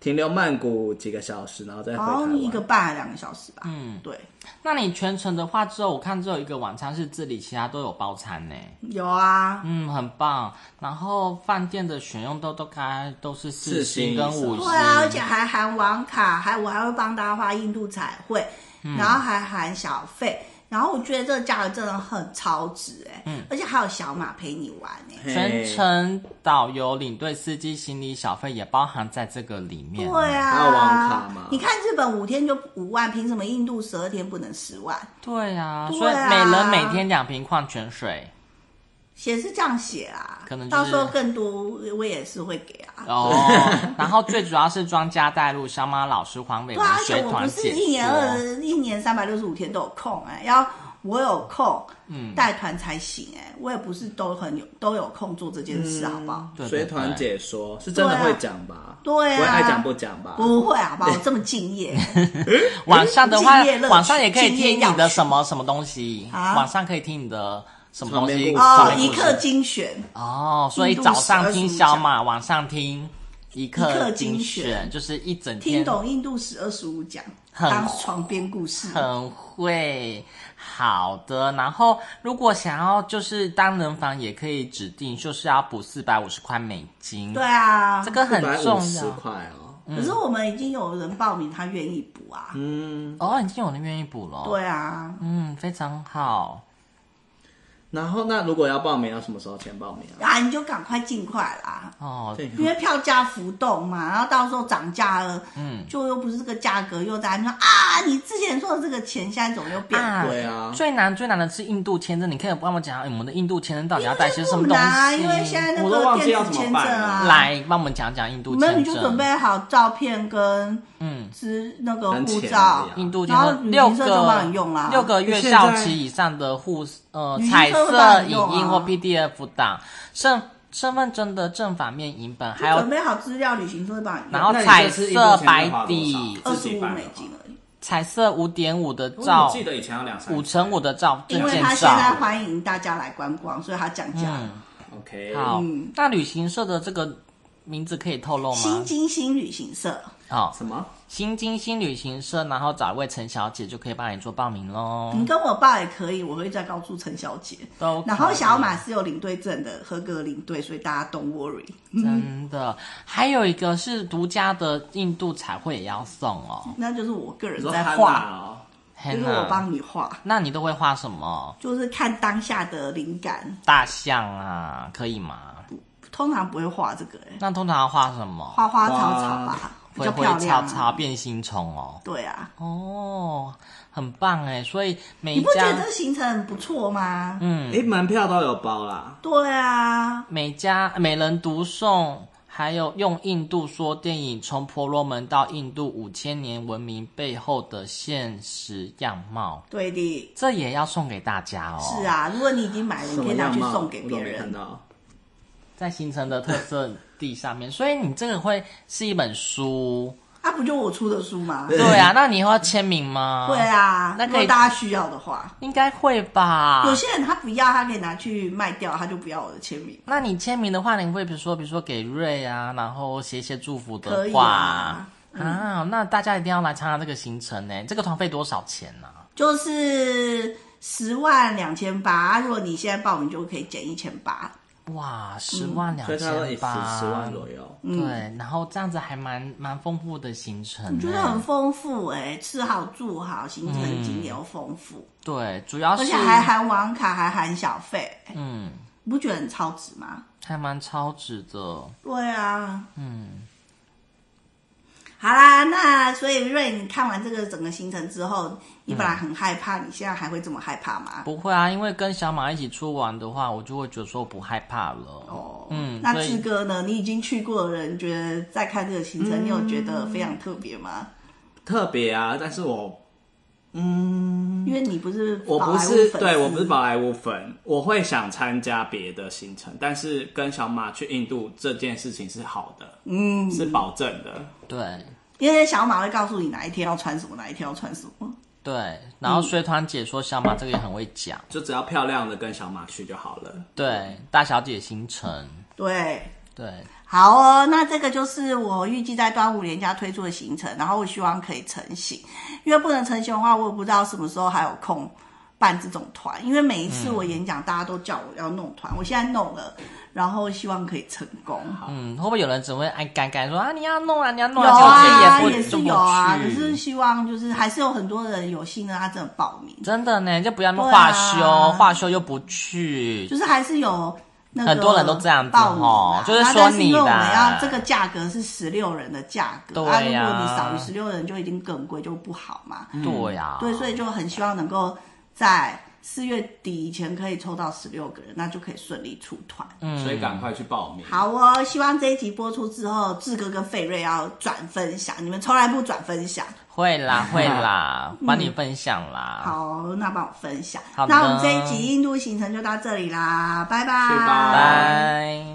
Speaker 4: 停留曼谷几个小时，然后再回台
Speaker 1: 好像
Speaker 4: 湾。
Speaker 1: 一个半还两个小时吧，嗯，对，
Speaker 2: 那你全程的话，之后我看只有一个晚餐是自理，其他都有包餐呢。
Speaker 1: 有啊，
Speaker 2: 嗯，很棒。然后饭店的选用都都开都是四
Speaker 4: 四星
Speaker 2: 星跟五
Speaker 4: 以
Speaker 2: 星，
Speaker 1: 对啊，而且还含网卡，还我还会帮大家花印度彩绘，
Speaker 4: 嗯
Speaker 1: 然后还含小费。然后我觉得这个价格真的很超值哎、
Speaker 4: 嗯
Speaker 1: 而且还有小马陪你玩哎、
Speaker 4: 嘿
Speaker 2: 全程导游、领队、司机、行李、小费也包含在这个里面。
Speaker 1: 对啊，
Speaker 4: 还有网卡嘛
Speaker 1: 你看日本五天就五万，凭什么印度十二天不能十万？
Speaker 2: 对啊，
Speaker 1: 对啊
Speaker 2: 所以每人每天两瓶矿泉水。
Speaker 1: 写是这样写啦，
Speaker 2: 可能就是
Speaker 1: 到时候更多我也是会给啊。
Speaker 2: 哦，然后最主要是庄家带路，小马老师、黄伟
Speaker 1: 对啊，
Speaker 2: 文
Speaker 1: 而
Speaker 2: 随
Speaker 1: 且我
Speaker 2: 团
Speaker 1: 不是
Speaker 2: 解
Speaker 1: 一年二
Speaker 2: 说。
Speaker 1: 一年三百六十五天都有空哎、要我有空，嗯，带团才行哎、我也不是都很有都有空做这件事，好不好？
Speaker 2: 对
Speaker 4: 随团，解说是真的会讲吧？
Speaker 1: 对啊
Speaker 4: 不会爱讲不讲吧？
Speaker 1: 不会好不好？我这么敬业
Speaker 2: 对对 晚上的话
Speaker 1: 敬业乐，趣
Speaker 2: 晚上也可以听
Speaker 1: 敬业
Speaker 2: 你
Speaker 1: 要
Speaker 2: 的
Speaker 1: 学
Speaker 2: 什么什么东西，
Speaker 1: 啊
Speaker 2: 晚上可以听你的什么东
Speaker 4: 床边
Speaker 2: 西
Speaker 4: 故事
Speaker 1: 哦，
Speaker 4: 对
Speaker 1: 一刻精选，
Speaker 2: 哦，所以早上听小马，晚上听一
Speaker 1: 一刻
Speaker 2: 刻
Speaker 1: 精
Speaker 2: 精
Speaker 1: 选
Speaker 2: 选，就是一整天
Speaker 1: 听懂印度史二十五讲，
Speaker 2: 很
Speaker 1: 当床边故事。
Speaker 2: 很会。好的，然后如果想要就是单人房也可以指定，就是要补四百五十块美金。
Speaker 1: 对，啊，
Speaker 2: 这个很重
Speaker 4: 十
Speaker 2: 要。
Speaker 4: 块哦。
Speaker 2: 嗯
Speaker 1: 可是我们已经有人报名，他愿意补啊。
Speaker 4: 嗯，
Speaker 2: 哦，已经有人愿意补了。，
Speaker 1: 对啊，
Speaker 2: 嗯，非常好。
Speaker 4: 然后那如果要报名，要什么时候前报名啊？
Speaker 1: 啊，你就赶快尽快啦。
Speaker 2: 哦，
Speaker 4: 对
Speaker 1: 因为票价浮动嘛，然后到时候涨价了，嗯，就又不是这个价格，又在那边说啊，你之前说的这个钱，现在怎么又变
Speaker 2: 啊
Speaker 1: 贵？
Speaker 4: 对啊
Speaker 2: 最难最难的是印度签证，你可以帮我讲、哎我们的印度签证到底要带些什么
Speaker 1: 不
Speaker 2: 东
Speaker 1: 难啊，
Speaker 2: 西？
Speaker 1: 因为现在那
Speaker 4: 我都
Speaker 1: 个
Speaker 4: 忘记要
Speaker 1: 电子
Speaker 4: 怎么
Speaker 1: 签证
Speaker 4: 办了
Speaker 1: 啊，，
Speaker 2: 来帮我们讲讲印度签
Speaker 1: 那
Speaker 2: 证。
Speaker 1: 你就准备好照片跟
Speaker 2: 嗯
Speaker 1: 资那个
Speaker 4: 跟
Speaker 1: 护
Speaker 4: 钱
Speaker 1: 照
Speaker 4: 一样，
Speaker 2: 印度签
Speaker 1: 然后
Speaker 2: 证
Speaker 1: 旅
Speaker 2: 六
Speaker 1: 行社
Speaker 2: 个
Speaker 1: 就帮你用啦，
Speaker 2: 六个月效期以上的护呃
Speaker 1: 旅行
Speaker 2: 彩
Speaker 1: 社会帮
Speaker 2: 色
Speaker 1: 你
Speaker 2: 影
Speaker 1: 用啊
Speaker 2: 音或 PDF 档，身身份证的正反面影本，还
Speaker 1: 就
Speaker 2: 有
Speaker 1: 准备好资料，旅行社会帮你用，
Speaker 2: 然后
Speaker 4: 那你
Speaker 2: 彩
Speaker 4: 这次印
Speaker 2: 色
Speaker 4: 度签
Speaker 2: 白
Speaker 4: 证花多少
Speaker 2: 底，
Speaker 1: 二
Speaker 4: 自
Speaker 1: 十
Speaker 4: 己
Speaker 1: 五
Speaker 4: 办的
Speaker 1: 美金而已，
Speaker 2: 彩色五点五的
Speaker 4: 我
Speaker 2: 照，
Speaker 4: 记得以前要两三
Speaker 2: 五乘五的照证
Speaker 1: 因为
Speaker 2: 件
Speaker 1: 他现在
Speaker 2: 照。
Speaker 1: 欢迎大家来观光，所以他降价。
Speaker 2: 嗯，
Speaker 4: OK，
Speaker 2: 好
Speaker 1: 嗯，
Speaker 2: 那旅行社的这个名字可以透露
Speaker 1: 新
Speaker 2: 吗？
Speaker 1: 金星旅行社，
Speaker 2: 好，
Speaker 4: 什么？
Speaker 2: 新金星旅行社，然后找一位陈小姐就可以帮你做报名喽。
Speaker 1: 你跟我爸也可以，我会再告诉陈小姐。
Speaker 2: 都可以
Speaker 1: 嗯然后小马是有领队证的，合格领队，所以大家 don't worry。
Speaker 2: 真的，
Speaker 1: 嗯
Speaker 2: 还有一个是独家的印度彩绘也要送哦。
Speaker 1: 那就是我个人
Speaker 4: 你说
Speaker 1: 在
Speaker 4: 汉娜
Speaker 1: 画，
Speaker 4: 哦？
Speaker 1: 嗯就是
Speaker 2: Hannah
Speaker 1: 我帮你画，
Speaker 2: 那你都会画什么？
Speaker 1: 就是看当下的灵感，
Speaker 2: 大象啊，可以吗？
Speaker 1: 通常不会画这个、欸，
Speaker 2: 那通常画什么？
Speaker 1: 画花草草吧，比
Speaker 2: 灰
Speaker 1: 较
Speaker 2: 灰
Speaker 1: 漂亮、
Speaker 2: 草
Speaker 1: 啊。
Speaker 2: 草变形虫哦。
Speaker 1: 对啊，
Speaker 2: 哦，很棒哎！所以每
Speaker 1: 你
Speaker 2: 一
Speaker 1: 不觉
Speaker 2: 家
Speaker 1: 得这行程很不错吗？
Speaker 2: 嗯
Speaker 4: 诶，门票都有包啦。
Speaker 1: 对啊，
Speaker 2: 每家每人独送，还有用印度说电影《从婆罗门到印度五千年文明背后的现实样貌》，
Speaker 1: 对的。
Speaker 2: 这也要送给大家哦。
Speaker 1: 是，啊，如果你已经买了，你
Speaker 4: 什
Speaker 1: 可
Speaker 4: 么
Speaker 1: 以拿
Speaker 4: 样
Speaker 1: 去
Speaker 4: 貌
Speaker 1: 送给别
Speaker 4: 我都没看
Speaker 1: 人。
Speaker 4: 到。
Speaker 2: 在行程的特色地上面，所以你这个会是一本书。
Speaker 1: 啊，不就我出的书吗？
Speaker 2: 对啊，那你会要签名吗？
Speaker 1: 对啊，
Speaker 2: 那
Speaker 1: 如
Speaker 2: 可以
Speaker 1: 果大家需要的话。
Speaker 2: 应该会吧。
Speaker 1: 有些人他不要，他可以拿去卖掉，他就不要我的签名。
Speaker 2: 那你签名的话，你会比如说，比如说给瑞啊，然后写一些祝福
Speaker 1: 可
Speaker 2: 的
Speaker 1: 以
Speaker 2: 话
Speaker 1: 啊
Speaker 2: 啊那大家一定要来参加这个行程呢。这个团费多少钱呢、
Speaker 1: 就是十万两千八，如果你现在报名就可以减一千八。
Speaker 2: 哇，十万两
Speaker 4: 嗯所以他都以
Speaker 2: 千
Speaker 4: 十
Speaker 2: 八，
Speaker 4: 十万左右。
Speaker 2: 对，然后这样子还蛮蛮丰富的行程呢，
Speaker 1: 嗯我觉得很丰富哎、吃好住好，行程景点又丰富，
Speaker 2: 对，主要
Speaker 1: 而
Speaker 2: 是
Speaker 1: 且还含网卡，还含小费、哎
Speaker 2: 嗯，
Speaker 1: 你不觉得很超值吗？
Speaker 2: 还蛮超值的。
Speaker 1: 对啊，嗯。好啦，那所以瑞，你看完这个整个行程之后，你本来很害怕，你现在还会这么害怕吗？
Speaker 2: 不会啊，因为跟小马一起出玩的话，我就会觉得说我不害怕了。
Speaker 1: 哦，
Speaker 2: 嗯
Speaker 1: 那
Speaker 2: 所以
Speaker 1: 志哥呢？你已经去过的人，觉得在看这个行程，你有觉得非常特别吗？
Speaker 4: 特别啊，但是我
Speaker 1: 因为你不是
Speaker 4: 嗯我
Speaker 1: 宝
Speaker 4: 不
Speaker 1: 莱坞
Speaker 4: 是
Speaker 1: 粉
Speaker 4: 对
Speaker 1: 丝
Speaker 4: 我不是宝莱坞粉，我会想参加别的行程，但是跟小马去印度这件事情是好的，嗯，是保证的。
Speaker 2: 对
Speaker 1: 因为小马会告诉你哪一天要穿什么，哪一天要穿什么。
Speaker 2: 对，然后随团解说小马这个也很会讲，
Speaker 1: 嗯
Speaker 4: 就只要漂亮的跟小马去就好了。
Speaker 2: 对，大小姐行程，
Speaker 1: 对，
Speaker 2: 对，
Speaker 1: 好哦，那这个就是我预计在端午连假推出的行程，然后我希望可以成型，因为不能成型的话，我也不知道什么时候还有空办这种团，因为每一次我演讲，大家都叫我要弄团，我现在弄了，然后希望可以成功。
Speaker 2: 嗯，会不会有人只会爱干干说啊你要弄啊你要
Speaker 1: 有
Speaker 2: 弄
Speaker 1: 啊，
Speaker 2: 啊，结果自己
Speaker 1: 也
Speaker 2: 不
Speaker 1: 是
Speaker 2: 就不
Speaker 1: 有啊，可
Speaker 2: 去
Speaker 1: 是希望就是还是有很多人有幸让他真的报名，
Speaker 2: 真的呢，就不要那么
Speaker 1: 对
Speaker 2: 化
Speaker 1: 啊
Speaker 2: 修，化修又不去，
Speaker 1: 就是还是有那个
Speaker 2: 很多人都这样子
Speaker 1: 报名
Speaker 2: 吼
Speaker 1: 啊
Speaker 2: 就是
Speaker 1: 那
Speaker 2: 说
Speaker 1: 但是因为我
Speaker 2: 你啦
Speaker 1: 们要这个价格是十六人的价格，
Speaker 2: 对
Speaker 1: 啊，如
Speaker 2: 呀
Speaker 1: 果你少于十六人就已经更贵，就不好嘛。
Speaker 2: 对呀、
Speaker 1: 对，所以就很希望能够在四月底以前可以抽到十六个人，那就可以顺利出团。
Speaker 2: 嗯
Speaker 4: 所以赶快去报名。
Speaker 1: 好哦，希望这一集播出之后，志哥跟费瑞要转分享，你们从来不转分享。
Speaker 2: 会啦会 啦，帮你分享啦。，
Speaker 1: 好，那帮我分享
Speaker 2: 好。的
Speaker 1: 那我们这一集印度行程就到这里啦，拜拜，
Speaker 4: 是吧
Speaker 2: 拜。